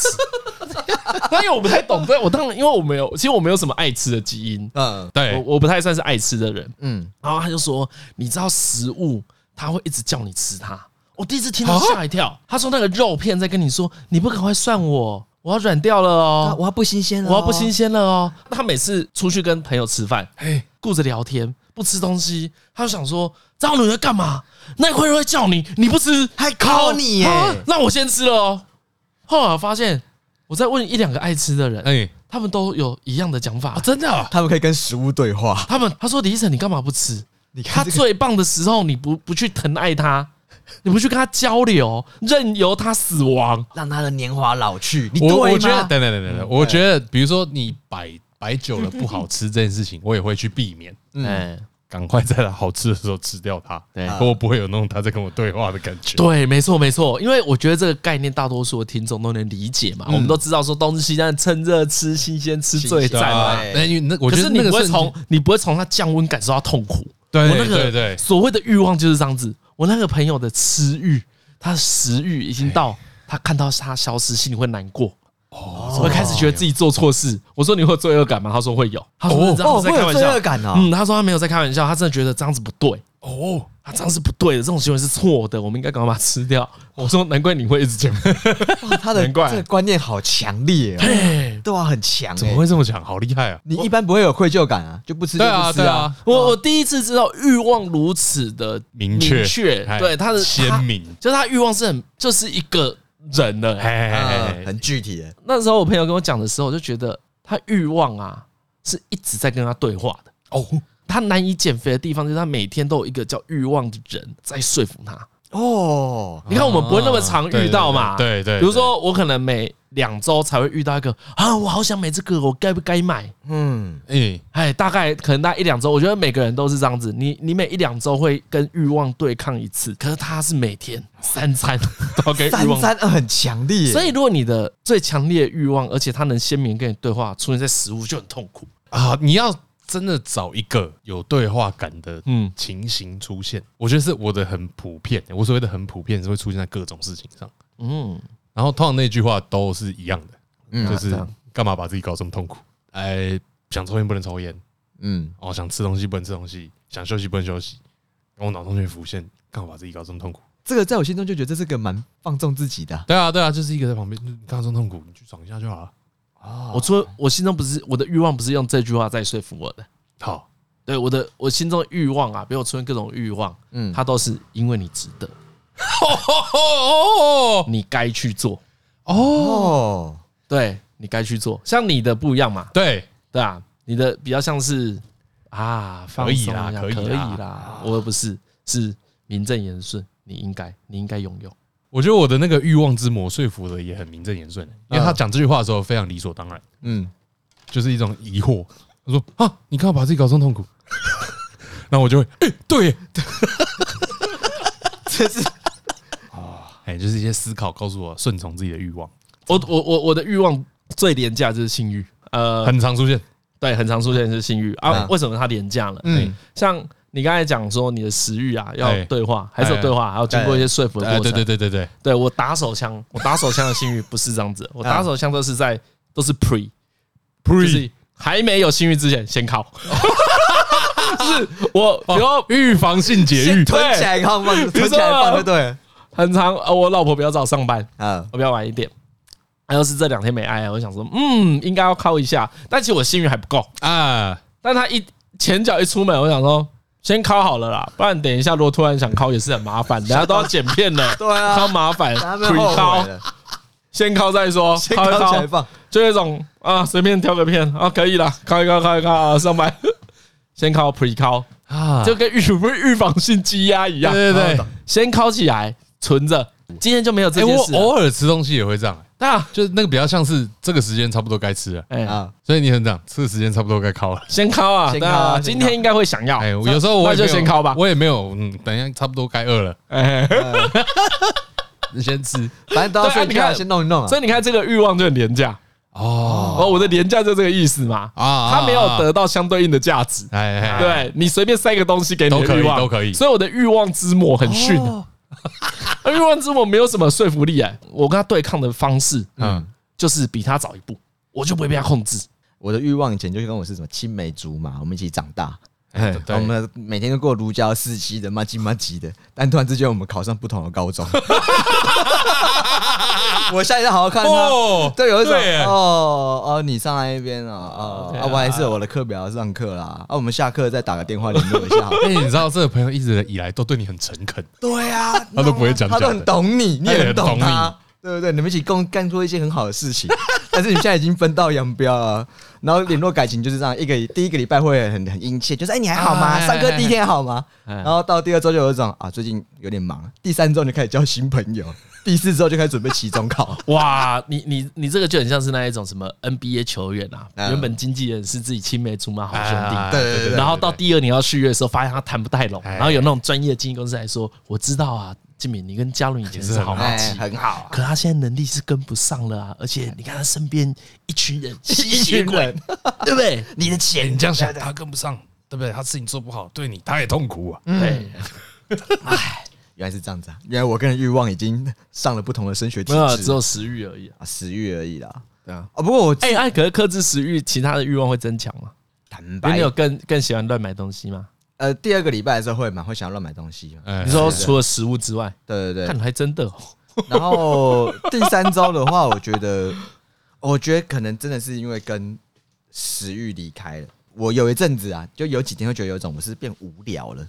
[LAUGHS] 那因为我不太懂，对我当然因为我没有，其实我没有什么爱吃的基因，嗯对，我我不太算是爱吃的人。嗯，然后他就说，你知道食物他会一直叫你吃它。我第一次听啊到吓一跳，他说那个肉片在跟你说，你不赶快算我，我要软掉了哦啊，我要不新鲜了，我要不新，鲜了哦。那他每次出去跟朋友吃饭，顾着聊天，不吃东西，他就想说：张女在干嘛？那块肉会叫你，你不吃，还考你耶啊那我先吃了哦。后来发现，我在问一两个爱吃的人，哎，他们都有一样的讲法。真的啊，他们可以跟食物对话。他们他说：李医生，你干嘛不吃？你他看这个，最棒的时候，你不不去疼爱他，你不去跟他交流，任由他死亡。让他的年华老去，你我对我觉得，吗？等等等嗯等等，我觉得，比如说你摆摆久了不好吃这件事情，我也会去避免。嗯，哎，赶快在它好吃的时候吃掉它， [LAUGHS] 对我不会有那种它在跟我对话的感觉。对，没错没错，因为我觉得这个概念大多数的听众都能理解嘛。嗯我们都知道说东西但趁热吃，新鲜吃最赞嘛。对那啊因为那我啊可是觉得你那个不会瞬间从你不会从它降温感受到痛苦。对我那个对对所谓的欲望就是这样子。我那个朋友的吃欲，他的食欲已经到他看到它消失，心里会难过。哎哦会开始觉得自己做错事。我说你会有罪恶感吗？他说会有。他说哦你这样哦子在会有开玩罪笑。恶感哦嗯，他说他没有在开玩笑，他真的觉得这样子不对。哦，他这样是不对的，这种行为是错的，我们应该赶快把它吃 [LAUGHS] 掉。我说难怪你会一直减肥，哇他的难怪这个观念好强烈哦，哎对啊，很强怎么哎。会这么强？好厉害啊！你一般不会有愧疚感啊，就不吃就对啊不吃对啊啊。，我我第一次知道欲望如此的明确确，哎对他的鲜，明，他就是他欲望是很就是一个人了、哎哎哎嗯，哎很具体的，那时候我朋友跟我讲的时候，我就觉得他欲望啊是一直在跟他对话的。哦他难以减肥的地方就是他每天都有一个叫欲望的人在说服他。哦，你看我们不会那么常遇到嘛啊对对对对，比如说，我可能每两周才会遇到一个啊，我好想买这个，我该不该买？嗯，对，哎，大概可能大概一两周，我觉得每个人都是这样子。你你每一两周会跟欲望对抗一次，可是他是每天三 [LAUGHS] 餐都要跟欲三望。三二很强烈，所以，如果你的最强烈的欲望，而且他能鲜明跟你对话，出现在食物就很痛苦。哎啊，你要真的找一个有对话感的嗯，情形出现，我觉得是我的很普遍，我所谓的很普遍是会出现在各种事情上，嗯，然后通常那句话都是一样的，嗯就是这样干嘛把自己搞这么痛苦？哎，想抽烟不能抽烟，嗯，哦，想吃东西不能吃东西，想休息不能休息，然后我脑中就会浮现，干嘛把自己搞这么痛苦？这个在我心中就觉得这是个蛮放纵自己的对啊，对啊，就是一个在旁边，你干嘛这么痛苦？你去爽一下就好了。啊我说我心中不是我的欲望，不是用这句话在说服我的。好，对我的我心中的欲望啊，比如我出现各种欲望，嗯，它都是因为你值得，哦你该去做，哦，哦，对你该去做。像你的不一样嘛，对，对啊，你的比较像是啊，放可以松啦一下可以可以啦啦，我又不是是名正言顺，你应该你应该拥有，我觉得我的那个欲望之魔说服的也很名正言顺，因为他讲这句话的时候非常理所当然，嗯，就是一种疑惑。他说啊，你干嘛把自己搞这么痛苦？ [LAUGHS] 然后我就会，哎、对耶，这是哎、就是一些思考告诉我顺从自己的欲望，我我我我的欲望最廉价就是性欲，呃，很常出现。对，很常出现的是性欲啊嗯，为什么它廉价呢？嗯像你刚才讲说你的食欲啊，要哎对话，还是有对话，还要经过一些说服的哎，过对程。对对对对，对我打手枪， [LAUGHS] 我打手枪的性欲不是这样子，我打手枪都是在都是 pre，就啊 Pre 是还没有性欲之前先靠， [LAUGHS] 就是我比如说哦预防性节先育，吞起来放放，吞起来放就对了，很长，呃，我老婆比较早上班，啊，我比较晚一点。还有是这两天没爱啊，我想说，嗯，应该要靠一下，但其实我性欲还不够。啊，但她一前脚一出门，我想说，先靠好了啦，不然等一下如果突然想靠也是很麻烦，等下都要剪片了， [LAUGHS] 对啊超麻烦。他们后靠 [LAUGHS] 悔，了，先靠再说，先靠一掏起靠来，放，就有一种啊，随便挑个片啊，可以啦，靠一靠，靠一靠，啊上班 [LAUGHS] 先靠 pre 靠，啊，就跟预不是预防性积压一样，啊对对对，先靠起来存着，今天就没有这哎、件我事啊了。偶尔吃东西也会这样、那就是那个比较像是这个时间差不多该吃了，哎、啊，所以你很这样，这个时间差不多该烤了。先敲啊，先对敲啊，啊今天应该会想要。哎、我有时候我那也没有就先敲吧。我也没有，嗯，等一下差不多该饿了，哎， [LAUGHS] 先吃。反正都要对啊睡你觉，看先弄一弄啊哎所，以你看这个欲望就很廉价哦，哦，我的廉价就这个意思嘛，啊它没有，得到相对应的价值。哎哎，哎，对你随便塞一个东西给你都的可以欲望都可以所以我的欲望之魔很逊，哦嗯而欲望之魔没有什么说服力哎，我跟他对抗的方式嗯，就是比他早一步，我就不会被他控制。我的欲望以前就跟我是什么青梅竹马，我们一起长大，哎对，然后我们每天都过如胶似漆的，嘛唧嘛唧的。但突然之间，我们考上不同的 [LAUGHS] 高中。我下一次好好看他。哦对，有一种对耶哦哦，你上来一边哦哦， OK 啊，我还是有我的课表要上课啦。啊，我们下课再打个电话联络一下好了。哎，你知道这个朋友一直以来都对你很诚恳，[LAUGHS] 对啊，他都不会讲他都假很的，懂你，你他也也很很懂懂你他，对不对？你们一起共干出一些很好的事情， [LAUGHS] 但是你们现在已经分道扬镳了。然后联络感情就是这样，一个第一个礼拜会很很殷切，就是哎你还好吗？哎上课第一天好吗？啊哎。然后到第二周就有一种啊最近有点忙，第三周你开始交新朋友，第四周就开始准备期中考哇，你你你这个就很像是那一种什么 NBA 球员啊，嗯原本经纪人是自己青梅竹马好兄弟，哎对对对对啊然后到第二年要续约的时候，发现他谈不太拢，哎然后有那种专业经纪公司来说，我知道啊，金敏，你跟嘉伦以前 [LAUGHS] 是好也妈哎，鸡，很好啊，可他现在能力是跟不上了啊，而且你看他身边 [LAUGHS] 一群人吸一血群鬼， [LAUGHS] 人，对不对？你的哎你钱这样想他跟不上，对不对？他事情做不好，对你他也痛苦啊。对，原来是这样子啊！原来我跟人欲望已经上了不同的升学体没有啊只制有食欲而已啊。啊，食欲而已啦。对啊，啊，不过我哎，哎，可是克制食欲，其他的欲望会增强吗？坦因为白你有更更喜欢乱买东西吗？呃，第二个礼拜的时候会嘛，会想要乱买东西嘛。哎你说除了食物之外，对对看对。你还真的哦 [LAUGHS] 然后第三周的话，我觉得，我觉得可能真的是因为跟食欲离开了。我有一阵子啊，就有几天会觉得有一种我是变无聊了。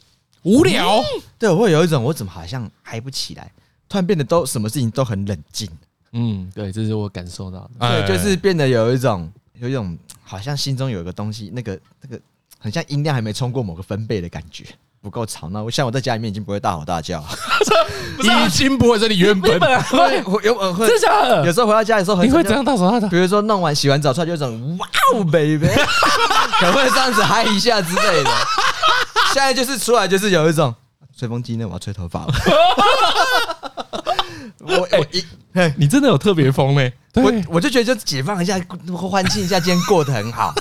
无聊，对，我会有一种我怎么好像嗨不起来，突然变得都什么事情都很冷静。嗯，对，这是我感受到的。哎嗯对，就是变得有一种有一种好像心中有一个东西，那个那个很像音量还没冲过某个分贝的感觉。不够吵闹。像我在家里面已经不会大吼大叫，已经不会在你 [LAUGHS] 原你本本来会，我有呃会啊真的假 [LAUGHS] 有的？时候回到家的时候很你会怎样大手大脚？比如说弄完洗完澡出来就有一种哇哦 baby，可能会这样子嗨一下之类的。现在就是出来就是有一种吹风机呢，我要吹头发了。我我一嘿你真的有特别疯嘞，我对我就觉得就解放一下，欢庆一下，今天过得很好，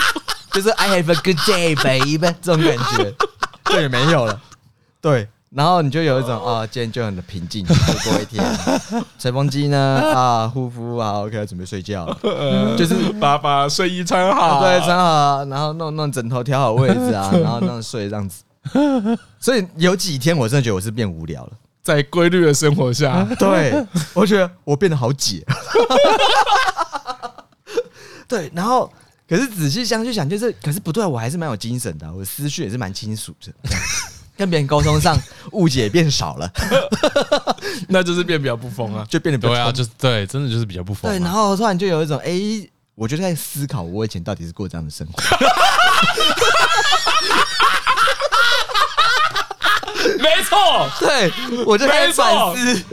[LAUGHS] 就是 I have a good day baby 这种感 [LAUGHS] 觉，这也没有了。对，然后你就有一种啊、今天就很平静度过一 [LAUGHS] 天。吹风机呢啊，护肤啊，OK，准备睡 [LAUGHS] 觉了。就是把把睡衣穿好，对，穿好，然后弄弄枕头调好位置 [LAUGHS] 啊，然后那样睡这样子。所以有几天我真的觉得我是变无聊了，在规律的生活下，啊 [LAUGHS] 对我觉得我变得好 [LAUGHS] 解。对，然后可是仔细想去想，就是可是不对，我还是蛮有精神的啊、我的思绪也是蛮清楚的，跟别人沟通上误解变少了，那就是变比较不疯啊。就变得比对啊，较冲就是对，真的就是比较不疯啊。对，然后突然就有一种哎、诶我就在思考我以前到底是过这样的生活。没错， [LAUGHS] 对，我就开没始错反思。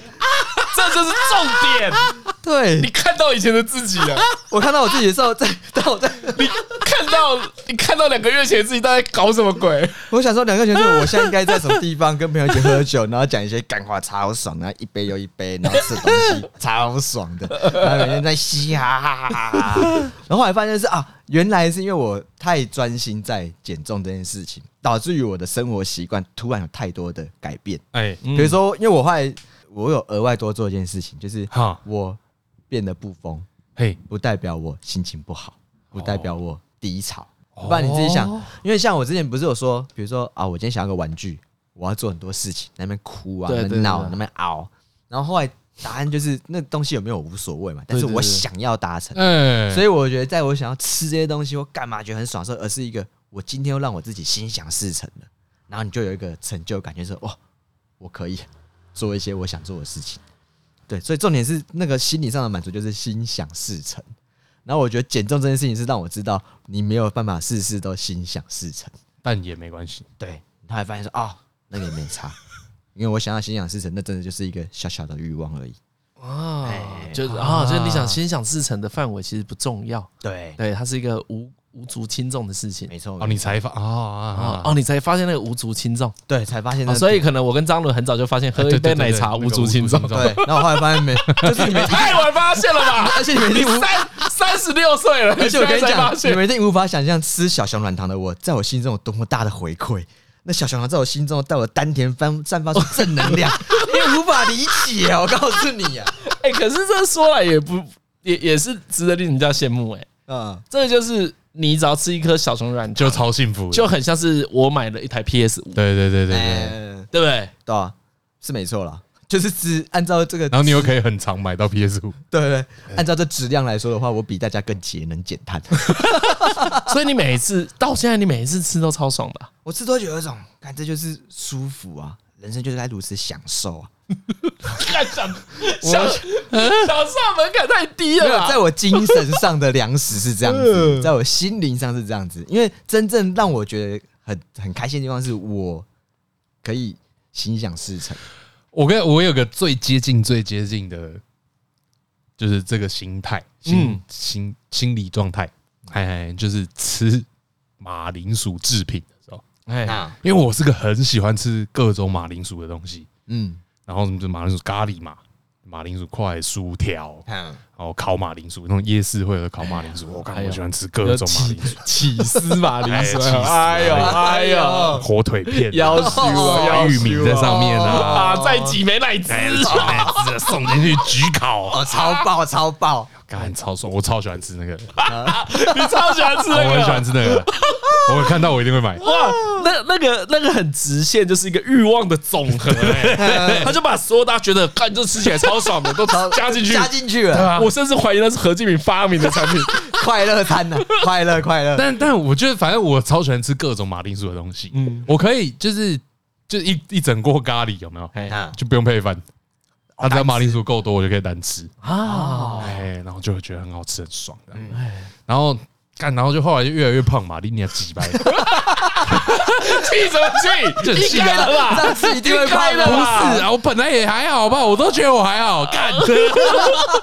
这就是重 [LAUGHS] 点。 [LAUGHS] 对，你看到以前的自己了，我看到我自己的时候，在 [LAUGHS] 当我在，你看到你看到两个月前自己在搞什么鬼？我想说两个选手，我现在应该在什么地方跟朋友一起喝酒，然后讲一些干话，超爽，然后一杯又一杯，然后吃东西，超爽的，然后每天在嘻哈哈哈哈哈。然后后来发现是啊，原来是因为我太专心在减重这件事情，导致于我的生活习惯突然有太多的改变。哎，嗯比如说，因为我后来我有额外多做一件事情，就是哈，我变得不疯，嘿，不代表我心情不好，不代表我低潮。哦不然你自己想，因为像我之前不是有说，比如说啊，我今天想要个玩具，我要做很多事情，在那边哭啊，对那对对边闹，对那边熬，然后后来答案就是那东西有没有我无所谓嘛，但是对对我对想要达成，哎，所以我觉得在我想要吃这些东西或干嘛觉得很爽的时候，而是一个我今天又让我自己心想事成了，然后你就有一个成就感，就是哇，我可以做一些我想做的事情。对，所以重点是那个心理上的满足，就是心想事成。然后我觉得减重这件事情是让我知道你没有办法事事都心想事成。但也没关系，对，他还发现说哦，那个也没差，因为我想要心想事成，那真的就是一个小小的欲望而已。啊哎，就是啊，就是你想心想事成的范围其实不重要，对，对，它是一个无无足轻重的事情。没错。哦，你才发啊哦，啊哦，你才发现那个无足轻重，对才发现那哦个，所以可能我跟张伦很早就发现喝一杯奶茶无足轻重。对。然后我后来 [LAUGHS] 发现没，就是你没太晚发现了吧？而且你们一定无，三三十六岁了，而且我跟你现在才讲发，现你们一定无法想象吃小熊软糖的我，在我心中有多么大的回馈。那小熊软糖在我心中，在我丹田翻散发出正能 [LAUGHS] 量，你无法理解啊！我告诉你啊，哎、可是这说来也不也也是值得令人家羡慕哎、嗯，这个就是你只要吃一颗小熊软就糖，超幸福的，就很像是我买了一台 PS 五，对 [LAUGHS] 对对对对。哎，对不 [LAUGHS] 对？对啊，是没错啦，就是只按照这个，然后你又可以很常买到 PS 五，对对对，按照这质量来说的话，我比大家更节能减 [LAUGHS] 碳。所以你每一次到现在，你每一次吃都超爽的啊、我吃多久有一种，看这就是舒服啊，人生就是该如此享受啊。干想想想上门槛太低没有了，在啦。我精神上的粮食是这样子，在我心灵上是这样子。因为真正让我觉得很很开心的地方，是我可以心想事成。我跟我有个最接近最接近的，就是这个心态，心、嗯心心理状态，哎，就是吃马铃薯制品的时候，哎，那因为我是个很喜欢吃各种马铃薯的东西，嗯，然后什么马铃薯咖喱嘛，马铃薯块、薯条，看然后烤马铃薯，那种夜市会有的烤马铃薯，我看哎呦我喜欢吃各种马铃薯， [LAUGHS] 起司马铃薯，哎哎起呦司哎呦，火腿片、要修啊，要玉米在上面啊，啊，再挤美乃滋，哎，哎这送进去焗烤啊哦，，超爆超爆！干超爽，我超喜欢吃那个，你超喜欢吃那哦我很个喜欢。吃那个，我看到我一定会买。哇，那那个那个很直线，就是一个欲望的总和、 [LAUGHS] 欸，他就把所有大家觉得干这吃起来超爽的都超加进去。加进去了，啊我甚至怀疑那是何敬明发明的产品。快乐餐呐，快乐快乐。但但我觉得，反正我超喜欢吃各种马铃薯的东西，嗯我可以就是就是一一整锅咖喱有没哎有？啊就不用配饭，哦它只要马铃薯够多，我就可以单吃。啊，哎，然后就会觉得很好吃，很爽的。嗯 [LAUGHS] 然后干，然后就后来就越来越胖嘛，你你鸡掰，奇气什么气？就很气啊应该的吧？上次一定会怕应该的的不吧吧？是啊，我本来也还好吧，我都觉得我还好， [LAUGHS] 干。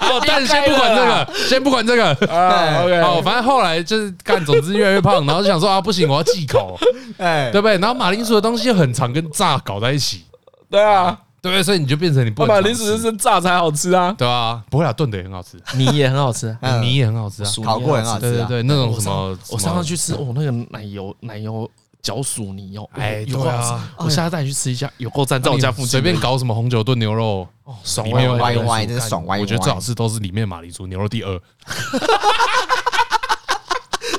好，但是先不管这个，先不管这个。啊，OK，哦，反正后来就是干，总之越来越胖，然后就想说啊，不行，我要忌 [LAUGHS] 口，哎，对不对？然后马铃薯的东西很常跟炸搞在一起，对啊，对不对？所以你就变成你不那能马常吃铃薯就是炸才好吃啊，对啊，不会啊，炖的也很好吃， [LAUGHS] 米也很好吃啊， [LAUGHS] 嗯泥也很好吃啊，薯泥烤过很好吃。吃对对啊。对，那种哎我什上么，我上次去吃，哦，那个奶油奶油绞薯泥哦，哎有对够啊好吃。我下次带你去吃一下，有够赞，在我家附近随便搞什么红酒炖牛肉，哦，爽里歪面有歪马铃的薯歪歪真 [LAUGHS] 是爽歪歪我觉得最好吃都是里面马铃薯牛肉第二，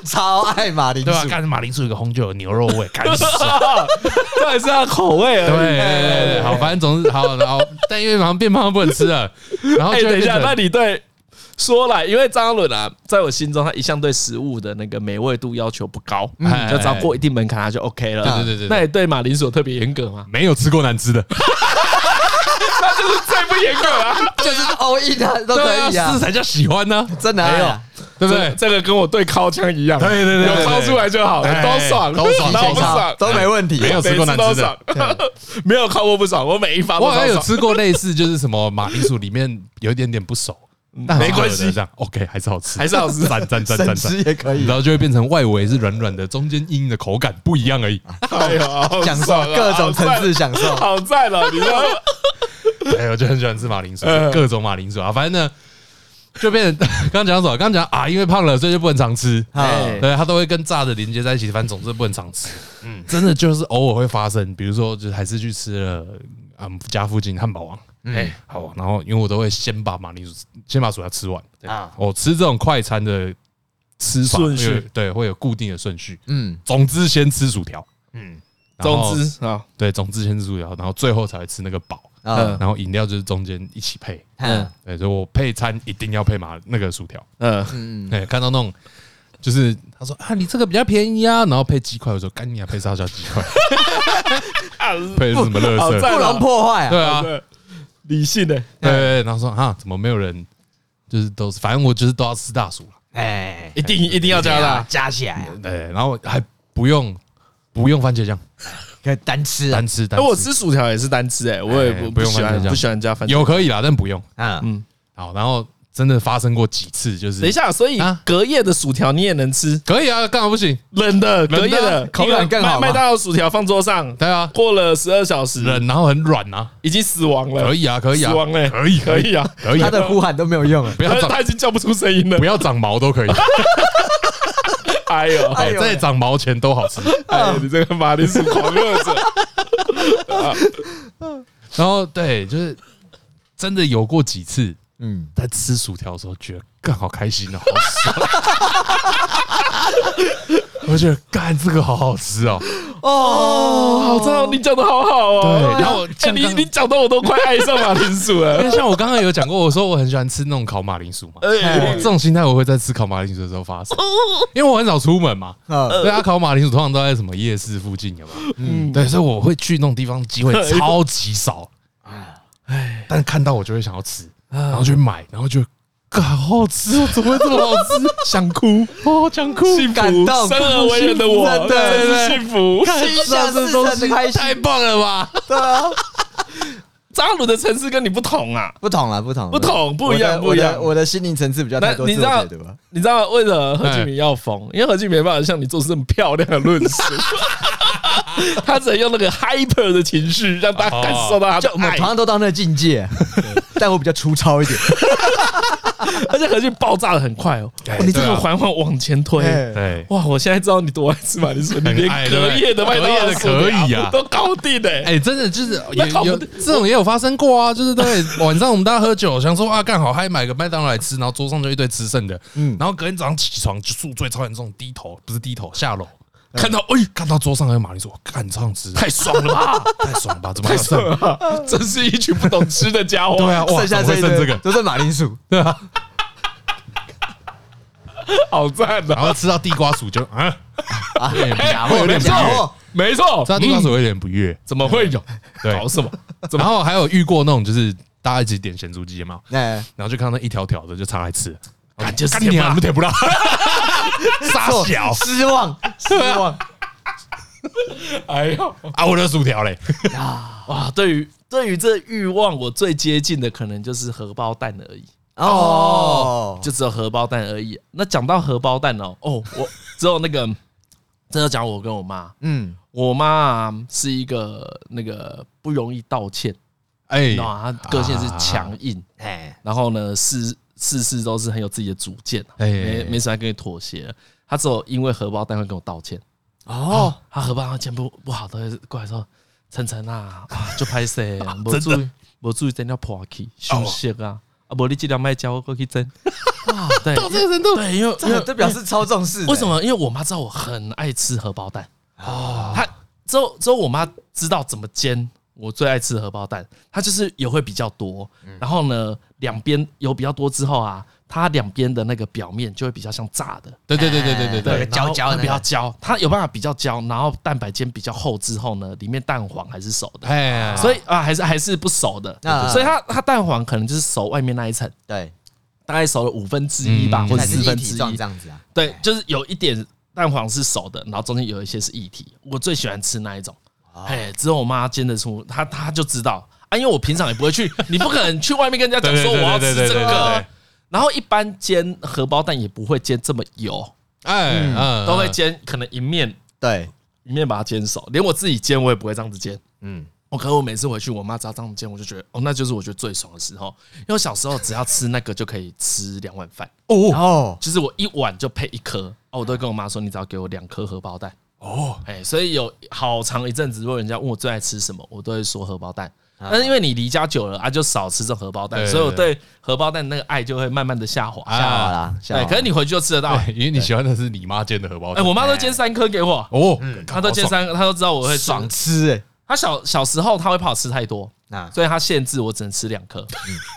超爱马铃对吧？薯，干马铃薯有个红酒有牛肉 [LAUGHS] 味，干爽。到啊底是它口味对而已。哎对哦对对，好，反正总是好，然后但因为好像变胖不能吃了，然后哎、就等一下，变成那你对说来，因为张嘉伦啊，在我心中他一向对食物的那个美味度要求不高，嗯就只要过一定门槛他就 OK 了。对对对对那你哎对马铃薯有特别严格吗？没有吃过难 [LAUGHS] 吃的，最不严格啊，就是 all in 啊，都对可啊，以啊吃，才叫喜欢呢，真的没有啊，对不对？这个跟我对靠枪一样，对对对对对有掏出来就好了，哎都爽，都爽哎然后都不爽爽，都没问题，没有吃过难吃的每次都爽， [LAUGHS] 没有靠过不爽，我每一发都我好像超有爽。吃过类似，就是什么马铃薯里面有一点点不熟， [LAUGHS] 但没关系很好的这样 OK 还是好吃，还是好吃赞赞赞赞生赞吃。也可以然，后就会变成外围是软软的，中间硬硬的口感不一样 [LAUGHS] 而已。哎呦，好享受爽啊各种层次享受好赞哦！ [LAUGHS] 你知道吗哎，我就很喜欢吃马铃薯嗯，各种马铃薯啊，反正呢就变成 [LAUGHS] 刚刚讲什么？刚刚讲啊，因为胖了所以就不能常吃，哎对，它都会跟炸的连接在一起，反正总之不能常吃。嗯，真的就是偶尔会发生，比如说就是还是去吃了啊我们家附近汉堡王，哎，好，啊然后因为我都会先把马铃薯先把薯条吃完，啊，我吃这种快餐的吃法顺序会有对，会有固定的顺序。嗯总之先吃薯条，嗯然后总之啊，对，总之先吃薯条，然后最后才会吃那个堡，嗯嗯然后饮料就是中间一起配。嗯对，所以我配餐一定要配马那个薯条。嗯，嗯，哎，看到那种就是他说啊，你这个比较便宜啊，然后配鸡块，我说干你啊，配沙小鸡 [LAUGHS] 块， [LAUGHS] 配什么乐好色？赞不容破坏啊，对啊，对理性的，对对，对然后说啊，怎么没有人？就是都是，反正我就是都要吃大薯了。啊哎，一定一定要加哎辣，加起来啊，对，然后还不用不用番茄酱，可以单吃啊单，吃单哎，吃。我吃薯条也是单吃，哎，我也哎不不用喜番欢茄酱不喜欢加番茄。有可以啦，但不用。嗯，好，然后真的发生过几次，就是等一，下，所以啊隔夜的薯条你也能吃，可以啊，干嘛不行？冷的的啊隔夜的口感更好吗麦麦当劳薯条放桌上，对啊，嗯过了十二小时，冷然后很软啊，已经死亡了，可以啊，可以啊死，亡了，可以可以啊，可以他啊，的呼喊都没有用啊，不要 [LAUGHS] 他长他已经叫不出声音了不，要长毛都可以， [LAUGHS] 哎呦，哎，哎呦喂在长毛前都好吃。哎呦，你这个马铃薯狂热者，然后对，就是真的有过几次嗯，在吃薯条的时候，觉得干好开心哦，好 [LAUGHS] 爽。我觉得干这个好好吃哦，哦，好赞 [LAUGHS] 哦，你讲的好好哦，对然后哎像你刚你讲的我都快爱上马铃薯 [LAUGHS] 因了为，像我刚刚有讲过，我说我很喜欢吃那种烤马铃薯嘛，哎这种心态我会在吃烤马铃薯的时候发生，因为我很少出门嘛。嗯对啊，烤马铃薯通常都在什么夜市附近，有没有？嗯，对，所以我会去那种地方，机会超级少。哎，嗯但看到我就会想要吃，然后去买，然后就，干好好吃哦，怎么会这么好吃？ [LAUGHS] 想哭哦，想哭，幸感福，动生而为人的我，真的真是幸福。心想事成的开心，太棒了吧！对啊，扎鲁的层次跟你不同啊，不同了，不同啦，不同不一样我的不一样我的我的心灵层次比啊较那太多你自知我道哎解读了，你知道为什么何俊明要疯？因为何俊明没办法像你做出这么漂亮的论 [LAUGHS] 述，他只能用那个 hyper 的情绪让大家感受到他的就我们爱同，样都到那个 [LAUGHS] 境界，啊但我比较粗糙一点，而且何俊爆炸的很快哦，对哇你这对个啊缓缓往前推。哎对，哇！我现在知道你多爱吃马铃薯，你很连爱隔夜的麦当劳薯条隔夜的可以啊都搞定哎、 [LAUGHS] 哎、真的就是有那烤有这种也有发生过啊，就是对 [LAUGHS] 晚上我们大家喝酒，想说啊干好嗨，买个麦当劳来吃，然后桌上就一堆吃剩的，嗯，然后隔天早上起床就宿醉超严重，低头不是低头下楼。看到哎、看到桌上还有马铃薯，看这样吃太爽了吧！ [LAUGHS] 太爽了吧？怎么还太有剩爽？了吧！真是一群不懂吃的家伙。对啊，哇，剩下怎么会这一剩堆这个？就剩马铃薯，对啊， [LAUGHS] 好赞的、 [LAUGHS] 然后吃到地瓜薯就啊，有点不哎会有点没不悦，错，没错嗯吃，到地瓜薯会有点不悦。怎么会有？对搞什么？怎么然后还有遇过那种就是大家一起点咸猪鸡嘛，哎，然后就看到那一条条的就插来吃，感觉是哦干你甜 [LAUGHS] 啊，吧我们？舔不到，傻小失望，失望，哎呦啊，我的薯条嘞，哇，对于对于这欲望，我最接近的可能就是荷包蛋而已，哦，就只有荷包蛋而已。那讲到荷包蛋哦，哦，我只有那个，这要讲我跟我妈，嗯，我妈啊是一个那个不容易道歉，哎你知道，吗？她个性是强硬，哎，然后呢事事事都是很有自己的主见，啊哎没没什么跟你妥协。她只有因为荷包蛋会跟我道歉。哦，他荷包钱不不好，都会过来说：“晨晨啊，啊就拍摄，没注意，没注意真要破去，休息啊，啊，无你这条麦交我过去蒸。” [LAUGHS] 哇，对，到这个程度，对，因为这个这表示超重视 [LAUGHS] 的，为什么？因为我妈知道我很爱吃荷包蛋啊哦，她之后之后我妈知道怎么煎。我最爱吃荷包蛋，它就是油会比较多，嗯然后呢，两边油比较多之后啊，它两边的那个表面就会比较像炸的，对对对对对对对，对然后焦焦的它比较焦，它有办法比较焦，然后蛋白煎比较厚之后呢，里面蛋黄还是熟的，哎，所以以啊还是还是不熟的啊，所以它它蛋黄可能就是熟外面那一层，对，大概熟了五分之一吧，嗯或者才是四一分体之状这一，样子啊，对，就是有一点蛋黄是熟的，然后中间有一些是液体，我最喜欢吃那一种，啊哎，只有我妈煎得出，她她就知道啊，因为我平常也不会去， [LAUGHS] 你不可能去外面跟人家对讲对说对我要对吃对这对对个对，，然后一般煎荷包蛋也不会煎这么油。哎嗯，都会煎，可能一面对，一面把它煎熟，连我自己煎我也不会这样子煎。嗯，我可能我每次回去，我妈只要这样煎，我就觉得哦，那就是我觉得最爽的时候。因为我小时候只要吃那个就可以吃两碗饭，哦哦，就是我一碗就配一颗哦，我都会跟我妈说，你只要给我两颗荷包蛋。哦，哎，所以有好长一阵子，如果人家问我最爱吃什么，我都会说荷包蛋。但是因为你离家久了啊，就少吃这种荷包蛋，啊对所以我对荷包蛋那个爱就会慢慢的下滑。下好啊，啦，下好对，啦可是你回去就吃得到。对，哎因为你喜欢的是你妈煎的荷包哎，蛋，我妈都煎三颗给 [LAUGHS] 我，哦，她都煎好爽，三个，她都知道我会吃爽吃哎，他小小时候他会怕我吃太多，那所以他限制我只能吃两颗。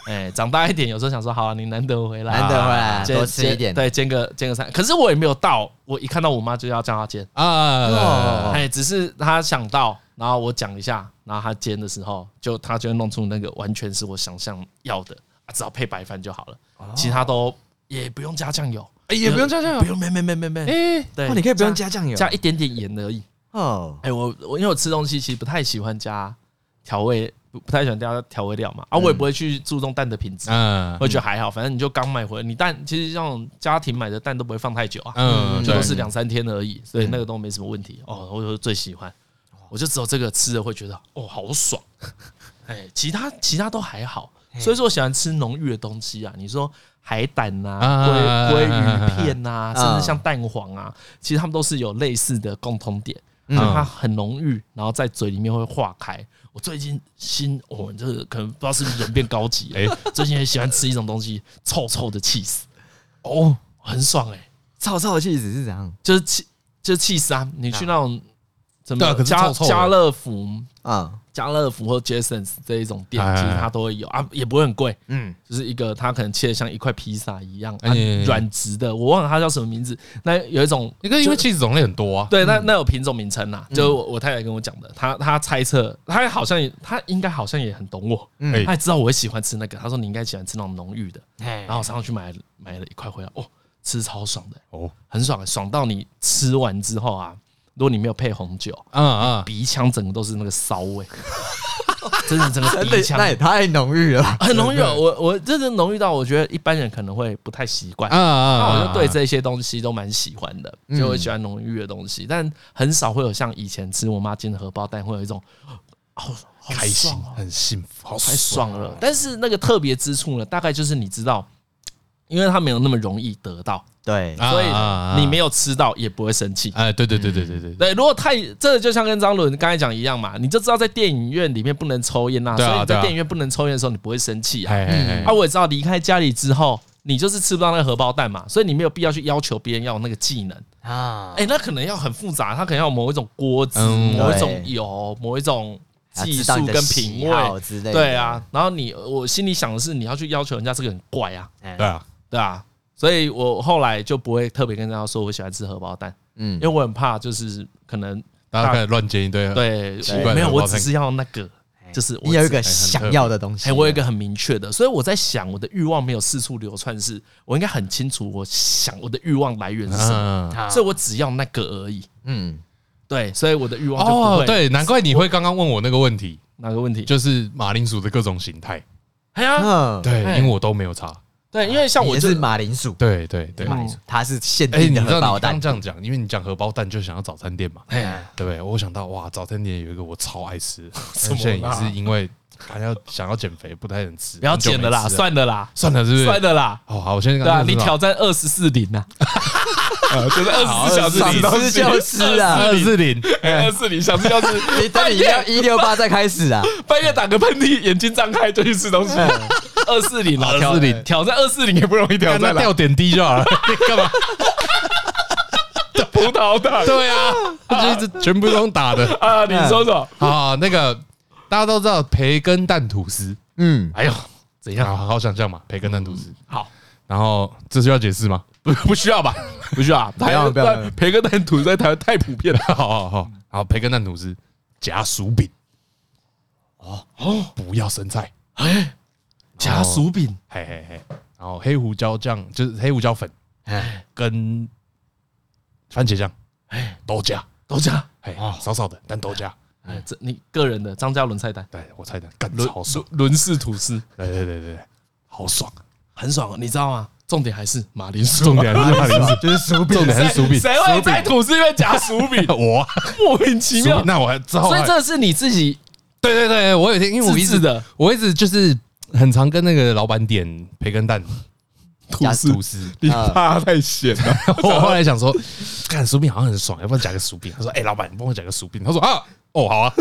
哎、长大一点，有时候想说，好、啊，你难得回来啊，嗯难得回来煎多吃一点煎对，煎个煎个三。可是我也没有到，我一看到我妈就要叫她煎，啊哦，哎、只是她想到，然后我讲一下，然后她煎的时候，就她就会弄出那个完全是我想象要的，啊、只要配白饭就好了，哦其他都也不用加酱油，哎也不用这样不，用没没没没没，哎，对，嗯哦，你可以不用加酱油，加一点点盐而已。哦，哎、我我因为我吃东西其实不太喜欢加调味，不不太喜欢加调味料嘛，啊，我也不会去注重蛋的品质，嗯我也觉得还好，反正你就刚买回来，你蛋其实这种家庭买的蛋都不会放太久啊，嗯，最对多是两三天而已，所以那个都没什么问题。哦，我就最喜欢，我就只有这个吃了会觉得哦好爽，哎，其他其他都还好，所以说我喜欢吃浓郁的东西啊，你说。海胆呐、啊嗯鲑鲑鱼片呐、啊甚至像蛋黄啊，其实它们都是有类似的共通点，嗯就它很浓郁，然后在嘴里面会化开。我最近新，我、哦、这个可能不知道是不是人变高级哎了，最近也喜欢吃一种东西，臭臭的 cheese，哦，很爽哎、臭臭的气质是怎样就是气就是气死啊！你去那种什对啊可么是家臭臭的家乐福、啊？家乐福或 Jasons 这一种店，哎其实它都会有啊，也不会很贵，嗯，就是一个它可能切的像一块披萨一样，啊哎哎哎软质的，我忘了它叫什么名字。那有一种那个因为 cheese 种类很多啊，对，那那有品种名称嗯啦，就是我我太太跟我讲的，她她猜测，她好像也她应该好像也很懂我，嗯哎她也知道我会喜欢吃那个，她说你应该喜欢吃那种浓郁的，哎然后我上次去买买了一块回来，哦，吃超爽的，哦，很爽，爽到你吃完之后啊，如果你没有配红酒，嗯嗯，鼻腔整个都是那个骚味， [LAUGHS] 真的整个真鼻的腔那也太浓郁了吧，很浓郁哦。我我真的浓郁到我觉得一般人可能会不太习惯啊。嗯啊，那我啊就对，这些东西都蛮喜欢的，所以我喜欢浓郁的东西，但很少会有像以前吃我妈煎的荷包蛋会有一种好好开心爽哦，很幸福，好啊太爽了。但是那个特别之处呢，大概就是你知道，因为它没有那么容易得到，对，啊所以你没有，有吃到也不会生气。哎，对对对对对对对，对，如果太这就像跟张伦刚才讲一样嘛，你就知道在电影院里面不能抽烟呐、对啊所以你对在啊电影院不能抽烟的时候，你不会生气啊。哎哎啊，我也知道离开家里之后，你就是吃不到那个荷包蛋嘛，所以你没有必要去要求别人要有那个技能。啊哎，那可能要很复杂，他可能要某一种锅子、嗯某一种对油、某一种要技知道术你的跟喜品好味。之类的，对啊，然后你我心里想的是，你要去要求人家这个很怪啊，哎，对啊，对啊，所以我后来就不会特别跟大家说我喜欢吃荷包蛋，嗯因为我很怕就是可能大家开始乱煎一堆，，对，奇我怪的没有，荷包我蛋只是要那个，就是我你有一只个想要的东西，啊哎，我有一个很明确的，所以我在想，我的欲望没有四处流窜，是我应该很清楚，我想我的欲望来源是什么，嗯，啊，所以我只要那个而已。嗯，对，所以我的欲望就不哦会，对，难怪你会刚刚问我那个问题，哪个问题？就是马铃薯的各种形态。哎呀，嗯，对，哎因为我都没有差。对，因为像我也就是马铃薯，对对对。嗯马铃薯，它是限哎，定你的知荷道包你刚蛋，这样讲，因为你讲荷包蛋就想要早餐店嘛，哎对不对？我想到哇，早餐店有一个我超爱 [LAUGHS] 吃，什么啊但现在也是因为还要想要减肥，不太能吃，不要很久减了没啦，吃算了啦，算了，是不是？算了啦，哦，好，我先对啊，你挑挑战二十四零啊，就是 [LAUGHS] 二十四小时好你想吃就吃啊！二四零，二四零，想吃 [LAUGHS] 要吃，你等你要一六八再开始啊！半夜打个喷嚏，眼睛张开就去吃东西。嗯二四零啦，挑哎240挑战二四零也 [LAUGHS] 不容易 [LAUGHS] 挑干那战啦，啊掉点滴就好了，你干 [LAUGHS] 嘛？ [LAUGHS] 葡萄糖对啊，这这全部都用打的 [LAUGHS] 啊，你说说，啊。那个大家都知道培根蛋吐司，嗯，哎呦，怎样？好好想象嘛，培根蛋吐司。好，然后这需要解释吗？ [LAUGHS] 不不需要吧？ [LAUGHS] 不需要啊，要台不要不要湾培根蛋吐司在台湾太普遍了。好好好，好，培根蛋吐司夹薯饼。哦哦，不要生菜，夹薯饼，嘿嘿嘿。然后黑胡椒酱就是黑胡椒粉哎，跟番茄酱，哎，都加，都加。哎，少少的，但都加。哎这你个人的张嘉伦菜单，对我猜的，干伦超爽，伦氏吐司对对对对对，好爽。很爽，啊你知道吗？重点还是马铃薯，重点还是马铃薯，就是薯饼，重点还是薯饼。谁会在吐司里面夹薯饼？ [LAUGHS] 我啊莫名其薯妙饼。那我还之后所以还这是你自己对对对，我有一天因为我一自制直的我一直就是很常跟那个老板点培根蛋吐夹司吐，司，你怕太咸了。 [LAUGHS] 我后来想说，干薯饼好像很爽，要不要夹个薯饼？他说：“哎，老板，你帮我夹个薯饼。”他说：“啊，哦，[LAUGHS] 好啊。”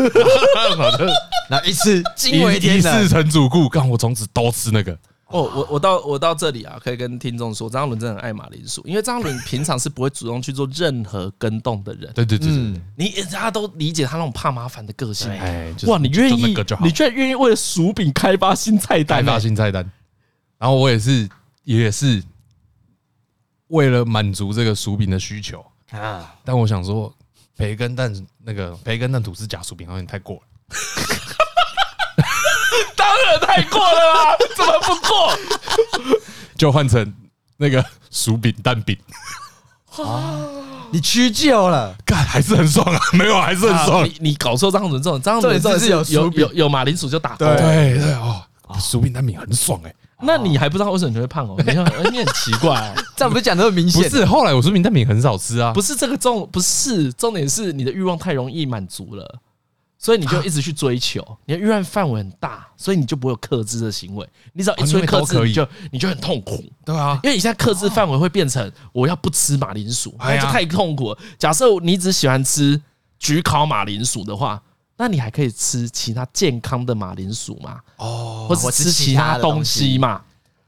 好的，然后一次惊为一天一世人，成主顾，干我从此都吃那个。哦，我我到我到这里啊，可以跟听众说，张嘉伦真的很爱马铃薯，因为张嘉伦平常是不会主动去做任何跟动的人，对对对对对嗯，你他都理解他那种怕麻烦的个性。哎，就是哇，你愿就那意个就，好你居然愿意为了薯饼开发新菜开单发啊？新菜单。然后我也是也是为了满足这个薯饼的需求，啊，但我想说培根蛋那个培根蛋吐司夹薯饼好像有点太过了。当然太过了 [LAUGHS] 啊，怎么不过？就换成那个 [LAUGHS] 薯饼蛋饼，你屈就了，干还是很爽啊， [LAUGHS] 没有还是很啊爽。你你搞错张伦这种，张伦重点是是有有薯饼有有马铃薯就打勾。对对对哦，啊薯饼蛋饼很爽哎、那你还不知道为什么你会胖哦？你很你很奇怪哦。这样不是讲的很明不显？是，后来我薯饼蛋饼很少吃啊，不是是这个重，不是重点是你的欲望太容易满足了，所以你啊就一直去追求，你的欲望范围很大，所以你就不会有克制的行为。你只要一哦因追为克都制，可以你就你就很痛苦。对啊，因为你现在克制范围会变成我要不吃马铃薯，哎那呀就太痛苦了。假设你只喜欢吃焗烤马铃薯的话，那你还可以吃其他健康的马铃薯嘛？哦，或者或是吃其其他他的东东西西嘛，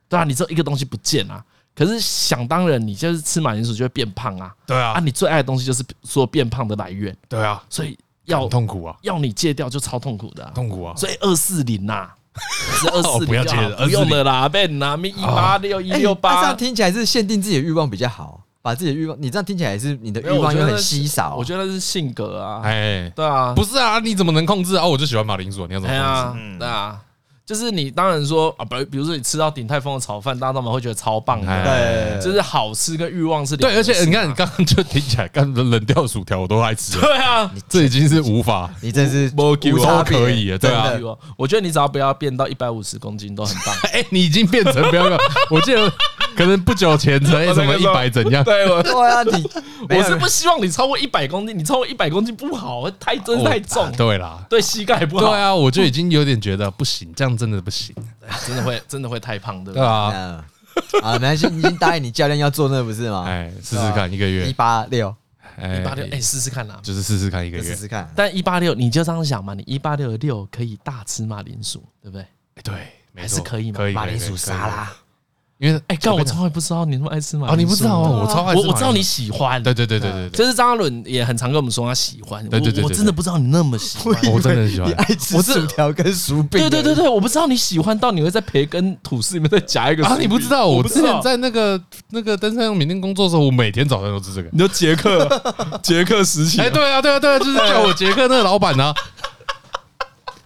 对啊，你只有一个东西不见啊，可是想当然，你就是吃马铃薯就会变胖啊，对啊，啊，你最爱的东西就是说变胖的来源，对啊，所以要很痛苦啊，要你戒掉就超痛苦的啊、痛苦啊，所以二四零呐， [LAUGHS] 是二四零，哦不要戒了不用了啦，被拿一八六一哎六哦那这八样，听起来是限定自己的欲望比较好，把自己的欲望，你这样听起来是你的没有欲望我觉又得很是稀少，我觉得那是性格啊，哎，对啊，不是啊，你怎么能控制啊？哦我就喜欢马铃薯，你要怎哎么呀控制？，对啊。就是你当然说啊，比如比如说你吃到鼎泰丰的炒饭，大家都会觉得超棒的，哎对，就是好吃跟欲望是两对，回而事且你看，嘛你刚刚就听起来，刚冷掉薯条我都爱吃了，对啊， [LAUGHS] 这已经是无法你真是无救无差别都可以啊对啊真的我觉得你只要不要变到一百五十公斤都很棒。 [LAUGHS] 哎、你已经变成不要不要，我记得可能不久前才 [LAUGHS] 我什那么个一时候百怎样，对我，对啊，你我是不希望你超过一百公斤，你超过一百公斤不好，太真是我太重啊，对啦，哦对膝盖不对好，啊，我就已经有点觉得不行，这样真的不行，真的会真的会太胖，对不对对？啊，嗯啊，没关系，你已经答应你教练要做那个不是吗？哎，试试看一个一月，八六，哎一八六，哎，试试看啦。就是试试看一啊个就试月，试看。但一八六，你就这样想嘛，你一八六六可以大吃马铃薯，对不对？哎对，没还错是可以嘛可以马铃薯沙，拉，可以可以因为哎，干我跟你从来不知道你那么爱吃马讲哦，铃薯，啊你不知道哦，我超爱吃我我知道马你铃薯，喜欢，对对对对对对，啊就是张嘉伦也很常跟我们说他喜欢，对对对对我我真的不知道你那么喜欢，我欸真的很喜欢你爱吃我这薯条跟薯饼，对对对对，我不知道你喜欢到你会在培根吐司里面再夹一个啊，你不知道，我不之知道前在那个那个登山用品店工作的时候，我每天早上都吃这个。你就捷克捷克时期哎、对啊，对啊，对啊，就是叫我杰克那个老板啊。 [LAUGHS]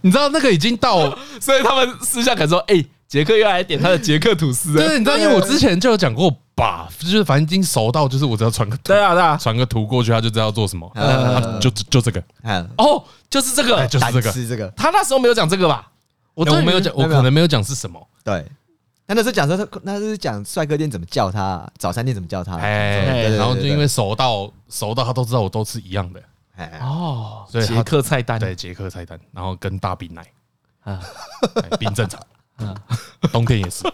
你知道那个已经到，所以他们私下可能说，哎、杰克又来点他的捷克吐司、对，你知道，因为我之前就有讲过，吧？就是反正已经熟到，就是我只要传个图对，啊对啊，传个图过去，他就知道做什么。呃啊就就这个，看哦，就是这哎个，就是这个。是这个，他那时候没有讲这个吧？我哎对我于没有讲，没我有可能没有讲是什么。对。他那时候讲说，他那是讲帅哥店怎么叫他，早餐店怎么叫他，对哎啊对，对然后就因为熟到熟到他都知道我都吃一样的，哎哦，所以捷他克菜单对，捷克菜单，然后跟大冰奶，啊，哎冰镇 [LAUGHS] 茶，嗯 [LAUGHS] 冬天也是。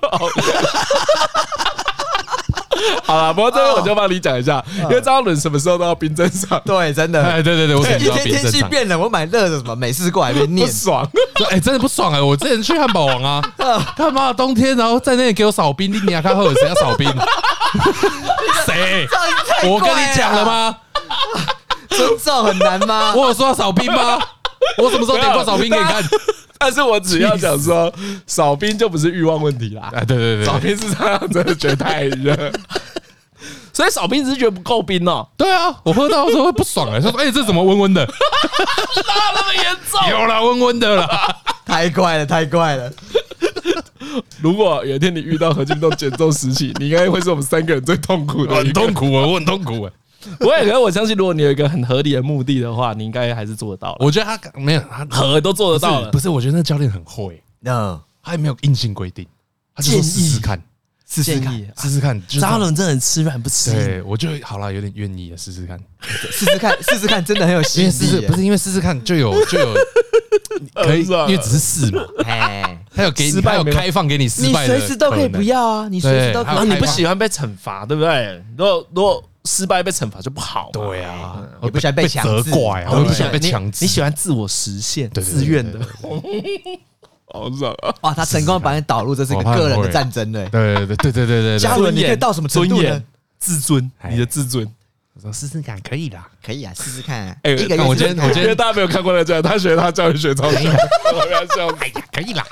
好了，不过这个我就帮你讲一下，因为张嘉伦什么时候都要冰镇上，对，真的，哦 [LAUGHS] 哎，对对对，我可能一就要天冰天镇气茶。变冷，我买热的什么美式过来被不念，爽。对，哎、真的不爽哎、我之前去汉堡 [LAUGHS] 王啊，嗯干嘛冬天然后在那里给我扫冰，你你看后有谁要 [LAUGHS] 扫冰？谁？我跟啊你讲了吗？尊重很难吗？我有说要扫冰 [LAUGHS] 吗？我什么时候点过扫冰给你看？ [LAUGHS] 但是我只要讲说，少冰就不是欲望问题啦，哎，对对对少对，冰是这样，真的觉得太热， [LAUGHS] 所以少冰只是觉得不够冰哦，对啊，我喝到的时候会不爽哎、 [LAUGHS] 他说哎、这怎么温温 [LAUGHS] 的？那么严重。有啦，温温的啦。太怪了，太怪了，如果有一天你遇到何俊东减重时期，你应该会是我们三个人最痛苦我的一很个。痛苦啊，我很痛苦哎、 [LAUGHS] 不会，可是我相信，如果你有一个很合理的目的的话，你应该还是做得到了。我觉得他没有他和都做得到不是了不，是，我觉得那教练很会、嗯，他也没有硬性规定，他就说建议试试看，是试试看，试试看。就是这样伦真的很吃软不吃对，我就好啦，有点愿意了，试试看。试 [LAUGHS] 试看，试试看，真的很有吸因为引试试力耶，不是因为试试看就 [LAUGHS] 有就有可以，因为只是试嘛，哎，他有给失你败他有没有开放给你失败的，。要啊，你对啊，还有你不喜欢被惩罚，对不对？如果如果失败被惩罚就不好嘛，对啊，也不喜欢被被强责制怪啊，对我不喜欢被强制。你喜欢自我实现、对对对自愿的，好爽啊！哇，他成功把你导入这是一个个人的战争嘞，对对对对对 [LAUGHS] 对对加对，入你可以到什么程度尊呢严？、自尊，哎你的自尊。我说试试看可以啦。可以啊，试试看啊，哎一个月那我今天哎试试看啊我今因为大家没有看过那教练，他学他教练学超像，我不要笑死，哎呀，可以啦。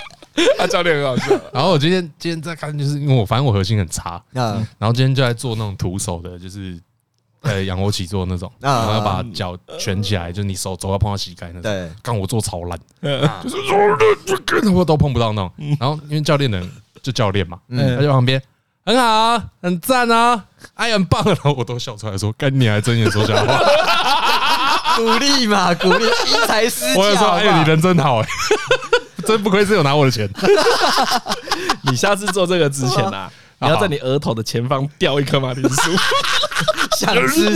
他教练很好笑。然后我今天今天在看，就是因为我反正我核心很差，嗯然后今天就在做那种徒手的，就是 [LAUGHS] 呃仰卧起坐那种，然啊后要把脚卷起来，就是你手肘要碰到膝盖那种。对干我做超烂，就是我都碰不到那种。然后因为教练人就教练嘛，嗯他就在旁边很好啊，很赞啊，哎很棒啊，然后我都笑出来说，干你还睁眼说瞎话。鼓励嘛，鼓励因材施教我有说，嘛。哎、你人真好、哎， [LAUGHS] 真不愧是有拿我的钱。你下次做这个之 [LAUGHS] 前啊，你要在你额头的前方掉一颗马铃薯，啊想 [LAUGHS] 吃，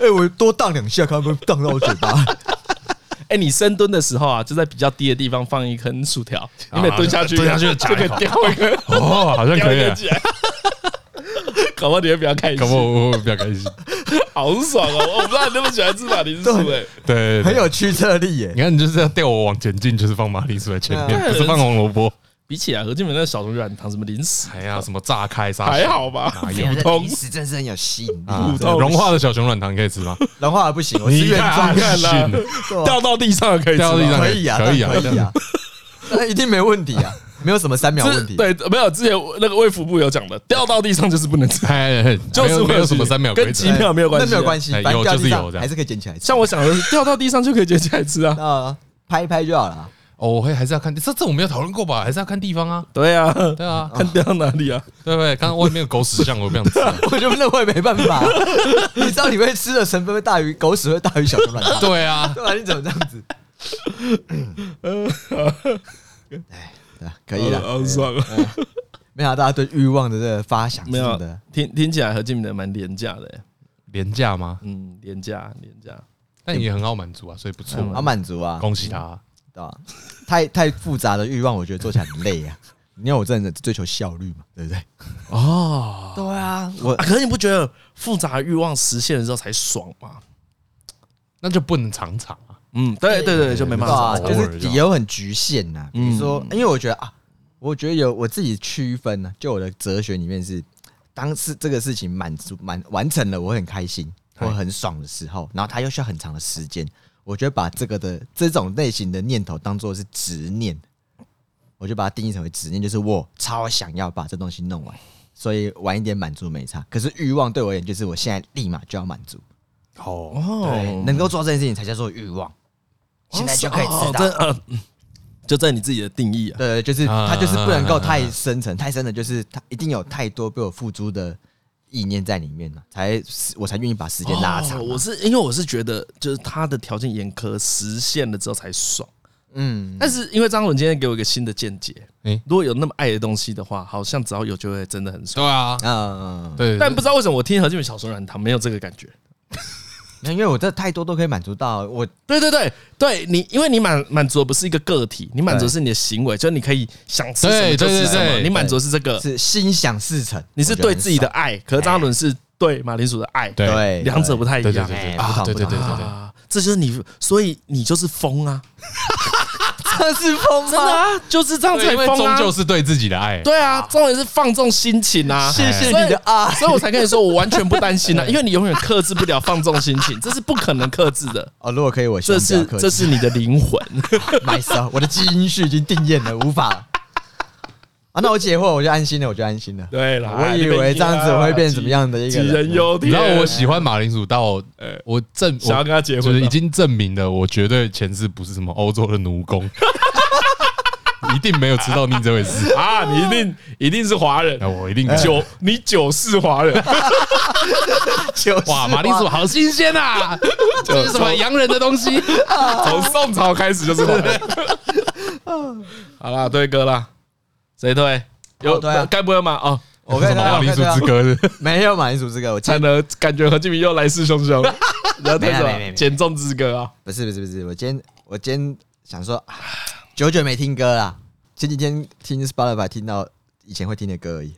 哎，我多荡两下，看会不会荡到我嘴巴。 [LAUGHS] 哎，你深蹲的时候啊，就在比较低的地方放一根薯条，你每蹲下去，啊蹲下去就夹就一可口以掉一个，哦，好像掉 [LAUGHS] 可一以个啊，起来。 [LAUGHS] 搞不好你会比较开可不，心，我我比较开心。好爽哦！我不知道你那么喜欢吃马铃薯哎，对对很对，有驱策力耶。你看你就是要调我往前进，就是放马铃薯在前面，对啊不是放红萝卜。比起来何俊美那小熊软糖什么零食，哎呀，什么炸开啥？还好吧哪有普通零食真的是很有吸引力，啊普通融化的小熊软糖可以吃吗？融化了不行，我是你原看装啊 [LAUGHS] 的， [LAUGHS] 看了对啊 [LAUGHS] 掉到地上可以吃吗掉到地上可以啊，可以啊可以啊，那一定没问题啊，没有什么三秒问是，题。对，没有之前那个卫福部有讲的，掉到地上就是不能吃。哎，哎 [LAUGHS] 就是没有会没有有什么三秒跟规则机票没有关系啊那没有关系，哎反正有掉地就是有上这样还是可以捡起来吃。像我想的是，掉到地上就可以捡起来吃啊。啊，拍一拍就好了。 [LAUGHS] 哦，我会还是要看，这这我们有讨论过吧？还是要看地方啊，对啊，对啊， [LAUGHS] 看掉到哪里啊？对不对？刚刚外面有狗屎酱，我也不想吃。我就认为没办法， [LAUGHS] 你知道你会吃的成分会大于狗屎，会大于小熊软 [LAUGHS] [LAUGHS] 糖，对啊，对吧？你怎么这样子？哎，可以了。好爽啊！没想到大家对欲望的这个发想是没有真的，听听起来何敬明的蛮廉价的欸，廉价吗？嗯，廉价廉价。但也很好满足啊，所以不错好嗯啊，满足啊，恭喜他啊。对吧？太太复杂的欲望，我觉得做起来很累啊。你看我真的追求效率嘛，对不对？哦，对啊，我啊可是你不觉得复杂欲望实现了之后才爽吗？那就不能常常啊。嗯，对对对，就没办对啊，法。偶就尔是这样也有很局限呐、比如说嗯，因为我觉得啊，我觉得有我自己区分呢、就我的哲学里面是，当是这个事情满足满完成了，我会很开心，嗨我很爽的时候，然后它又需要很长的时间，我就把这个的这种类型的念头当做是执念，我就把它定义成为执念，就是我超想要把这东西弄完，所以晚一点满足没差。可是欲望对我而言，就是我现在立马就要满足，哦，哦对，能够做到这件事情才叫做欲望。现在就可以哦知道真，呃就这你自己的定义啊。 [LAUGHS] 对，就是它就是不能够啊太深层，太深的就是它一定有太多被我付诸的意念在里面了，才我才愿意把时间拉长哦嘛。我是因为我是觉得，就是他的条件严苛，实现了之后才爽。嗯，但是因为张伦今天给我一个新的见解，诶如果有那么爱的东西的话，好像只要有就会真的很爽。对啊，嗯，对，对，但不知道为什么我听何俊宇小说软糖没有这个感觉。没有因为我这太多都可以满足到我，对对对，对你，因为你满满足的不是一个个体，你满足的是你的行为，就是你可以想吃什么对就吃什对对么，对你满足的是这个，是心想事成。你是我觉得对很自己的爽爱，可是张嘉伦是对马铃薯的爱，对对两者不太一对对样对。对哎不啊，同对不对对同对对，啊，这就是你，所以你就是疯啊！ [LAUGHS] 这是疯吗？真的啊，就是这样对才因为疯终啊！究是对自己的爱，对啊，重点是放纵心情啊！谢谢所以你的爱 [LAUGHS] 所以我才跟你说，我完全不担 [LAUGHS] 心啊，因为你永远克制不了放纵心情，这是不可能克制 [LAUGHS] 的，啊哦，如果可以，我希这望不要是客这气是你的灵魂。 myself，我的基因是已经定验了，无法了。啊，那我解惑，我就安心了，我就安心了。对啦我以啊为这样子我会变怎么样的一啊杞个人人？忧天。你知道我喜欢马铃薯到我证哎想要跟他结婚就是了已经证明了，我绝对前世不是什么欧洲的奴工， [LAUGHS] 一定没有吃到腻这回 [LAUGHS] 事。啊，你一定一定是华人那，哎我一定九你九世华 [LAUGHS] 人，就是哇，马铃薯好新 [LAUGHS] 鲜啊！这是什么洋人的东西？从宋朝开始就是华人。 [LAUGHS] 好啦，对歌啦，谁对？有我推啊该不会嘛？哦，我跟什你么讲，马我铃跟薯你讲之歌哎是？啊 [LAUGHS] 没有马铃薯之歌，我惨建了，感觉何敬明又来势汹 [LAUGHS] 汹。然后他没什没没没么减重之歌啊？不是不是不是，我今天我今天想说，啊久久没听歌啦，前几天听 Spotify 听到以前会听的歌而已，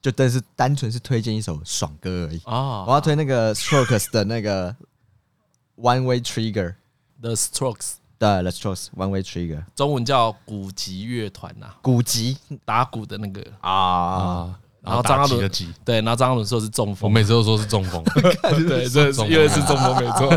就真的是单纯是推荐一首爽歌哦而已。我啊要推那个 Strokes 的那个 One Way Trigger ，The Strokes，的 The Strokes One Way Trigger 中文叫古籍乐团呐，古籍打鼓的那个。啊，啊，然后张嘉打击的伦击，对，然后张嘉伦说是中我风，每次都说是 [LAUGHS] 中风。对，这是中 [LAUGHS] 风因为是中风没错。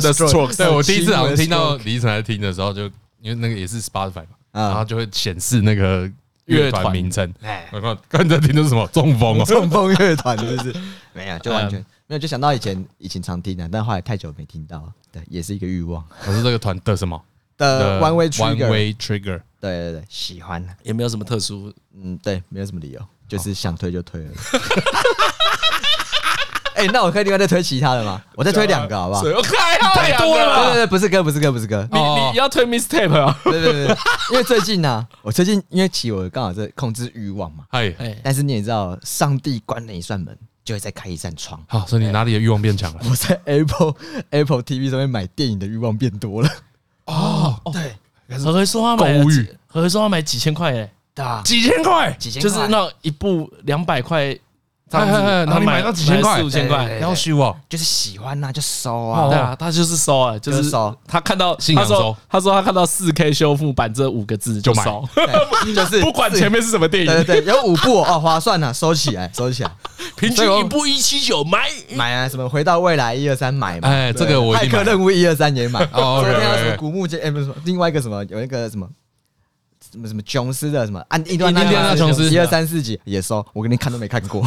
The Strokes 对我第一次好像听到 Strokes 李依晨在听的时候，就因为那个也是 Spotify 嘛，啊然后就会显示那个乐乐团团名称。哎我看刚才听的是什么中风哦，中风乐团，是不是？ [LAUGHS] 没有，就完嗯全没有，就想到以前以前常听的，但后来太久没听到了，对，也是一个欲望可是这个团的什么的 One Way One 呃 Trigger， Way Trigger，对对对，喜欢，啊也没有什么特殊，嗯，对，没有什么理由，就是想推就推了。 [LAUGHS] 哎，那我可以另外再推其他的吗？我再推两个好啊不好？水对又开了太多了对哦吧。对，不是歌，不是歌，不是歌。你你你要推 mistape 啊？对对对，对因为最近呢，我最近因为其实我刚好在控制欲望嘛，嗨，哎，但是你也知道，上帝关了一扇门，就会再开一扇窗。好，所以你哪里的欲望变强了？我在 Apple [LAUGHS] Apple TV 上面买电影的欲望变多了，哦，对，何何说他买了几，何何说他买几千块哎，对啊，几千块，几千就是那种一部两百块这样哎子，哎哎哪里买到几千块买四五千对块对？要修哦，就是喜欢呐、就收哦啊，对啊，他就是收啊，就就是是收他看到信仰他说收他说他看到四 K 修复版这五个字就就买收，对就是不管前面是什么电对影，对对，有五部哦，划算呐、收起来，收起来，平所以我均一部一七九买。买啊，什么回到未来一二三买嘛，哎，这个我骇一定客买了任务一二三也买，哦昨，OK，天还有 OK，什么 OK 古墓街，哎，不是什么，另外一个什么，有一个什么。什么什么琼斯的什么安印度安印第安纳琼斯一二三四集也收，我连看都没看 [LAUGHS] 过，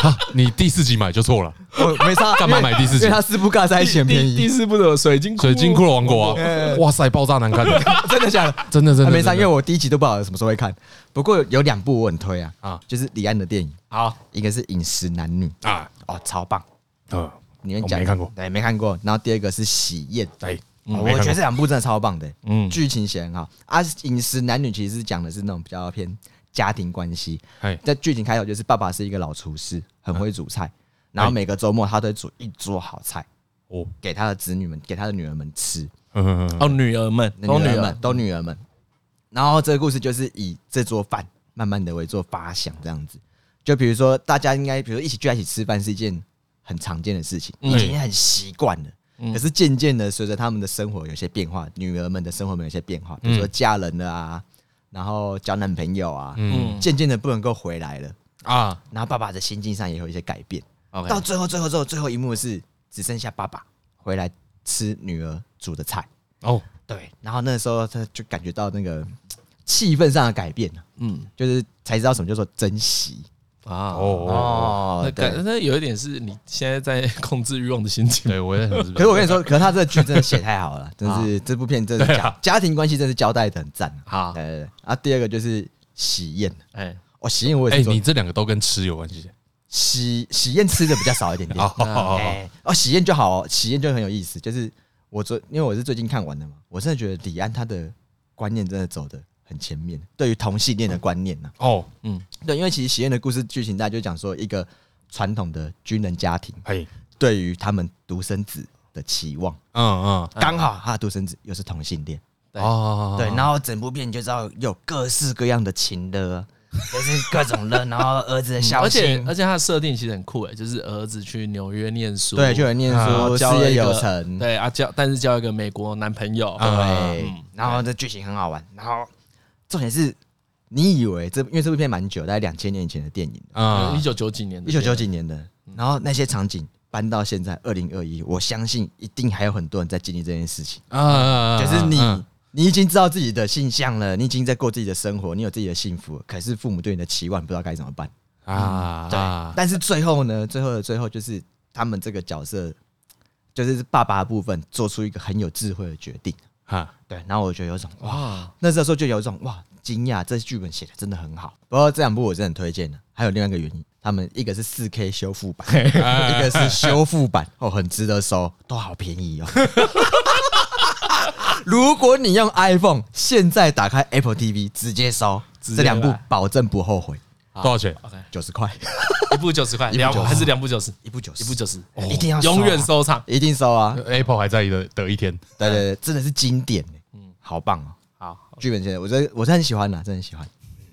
哈你第四集买就错了，我没差。干嘛买第四集因为它四部尬在嫌便第第宜，四部的水晶水晶骷髅髅王国啊，哇塞，爆炸难看，哎 [LAUGHS] 真的假的？真的真的啊没上，真因的为我第一集都不晓得什么时候会看。不过有有两部我很推啊，啊啊，就是李安的电影，好，一个是《饮食男女》，啊，哦，超棒，嗯，里面我讲没看过对，没看过。然后第二个是《喜宴》，哎，哦没看我觉过得这两部真的超棒的，嗯嗯，剧情写很好啊。《饮食男女》其实是讲的是那种比较偏家庭关系，哎，在剧情开头就是爸爸是一个老厨师，很会煮菜，然后每个周末他都会煮一桌好菜哦，给他的子女们，给他的女儿们吃。嗯嗯嗯哦，女儿们，都女女儿们，，都女儿们。然后这个故事就是以这桌饭慢慢的为做发想，这样子。就比如说，大家应该，比如说一起聚在一起吃饭是一件很常见的事情，嗯已经很习惯了。可是渐渐的，随着他们的生活有些变化，女儿们的生活有些变化，比如说嫁人了啊，然后交男朋友啊，嗯嗯渐渐的不能够回来了。啊，然后爸爸的心境上也有一些改变。 ，OK，到最后，最后，最后，最后一幕是只剩下爸爸回来吃女儿煮的菜。哦，对，然后那时候他就感觉到那个气氛上的改变了，啊嗯，就是才知道什么叫做珍惜。啊哦哦那感那有一点是你现在在 [LAUGHS] 控制欲望的心情。对我也 [LAUGHS] 很。可是我跟你说，可是他这剧真的写太好 [LAUGHS] 了，真是这部片真的是啊家家 [LAUGHS] 庭关系真是交代的很赞。好，对对对啊，第二个就是喜宴， [LAUGHS] 哎，哦，喜宴我也哎，是做你这两个都跟吃有关系喜喜宴吃的比较少一点点哦。哦 [LAUGHS] 哦哦哎哦，喜宴就好、哦，喜宴就很有意思。就是我昨因为我是最近看完的嘛，我真的觉得李安他的观念真的走的很前面，对于同性恋的观念啊呐、哦，对，因为其实喜宴的故事剧情大家就讲说一个传统的军人家庭嘿，对于他们独生子的期望，嗯嗯，刚好他的独生子又是同性恋。对哦，对，然后整部片你就知道有各式各样的情勒，就是各种勒，然后儿子的而孝且心，而且他的设定其实很酷哎，就是儿子去纽约念书，对，就有念书，啊事交了业一个有成，对啊，交但是交一个美国男朋友，啊对嗯，然后这剧情很好玩，然后重点是，你以为这因为这部片蛮久，大概两千年以前的电影，啊一，九九几年的，一九九，几年的，嗯然后那些场景搬到现在二零二一，我相信一定还有很多人在经历这件事情，啊，就是你。嗯你已经知道自己的性向了，你已经在过自己的生活，你有自己的幸福了，可是父母对你的期望不知道该怎么办。啊，嗯对啊但是最后呢，最后的最后就是他们这个角色，就是爸爸的部分做出一个很有智慧的决定。哈，对，然后我就有一种哇，哇，那时候就有一种哇惊讶，这剧本写的真的很好。不过这两部我真的很推荐的，还有另外一个原因，他们一个是四 K 修复 [LAUGHS] 版，一个是修复版，哦，很值得收，都好便宜哦。 [LAUGHS] 如果你用 iPhone，现在打开 Apple TV 直接收直接这两部来，保证不后悔，多少钱？ ？OK，九十块一部九十块，一部两90还是两部九十，一部九十，一部九十，一定要收啊永远收藏。一定收啊！ Apple 还在的的一天，对对对，真的是经典欸好棒哦！好，剧本现在我真我真的很喜欢呐，啊真的很喜欢，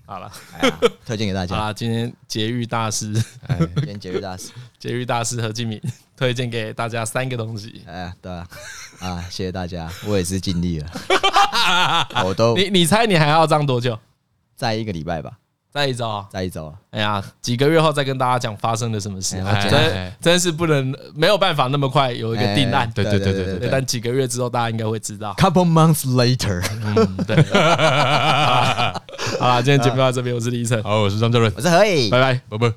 好了，哎 [LAUGHS] 呀推荐给大好家。啦，今天节育大师， [LAUGHS] 哎今天节日大师，节育大师何敬敏推荐给大家三个东西。 [LAUGHS] 哎呀，对啊，啊，谢谢大家，我也是尽力了，我都你你猜你还要这样多久？在一个礼拜吧，再一周啊，在一周啊，哎呀，几个月后再跟大家讲发生了什么事啊哎，哎真哎真是不能没有办法那么快有一个定案哎。对对对对对对，但几个月之后大家应该会知道。 ，couple months later，嗯 [LAUGHS] 对，好啦，今天节目到这边，我是李晨，好，我是张哲伦，我是何以拜。拜。拜拜。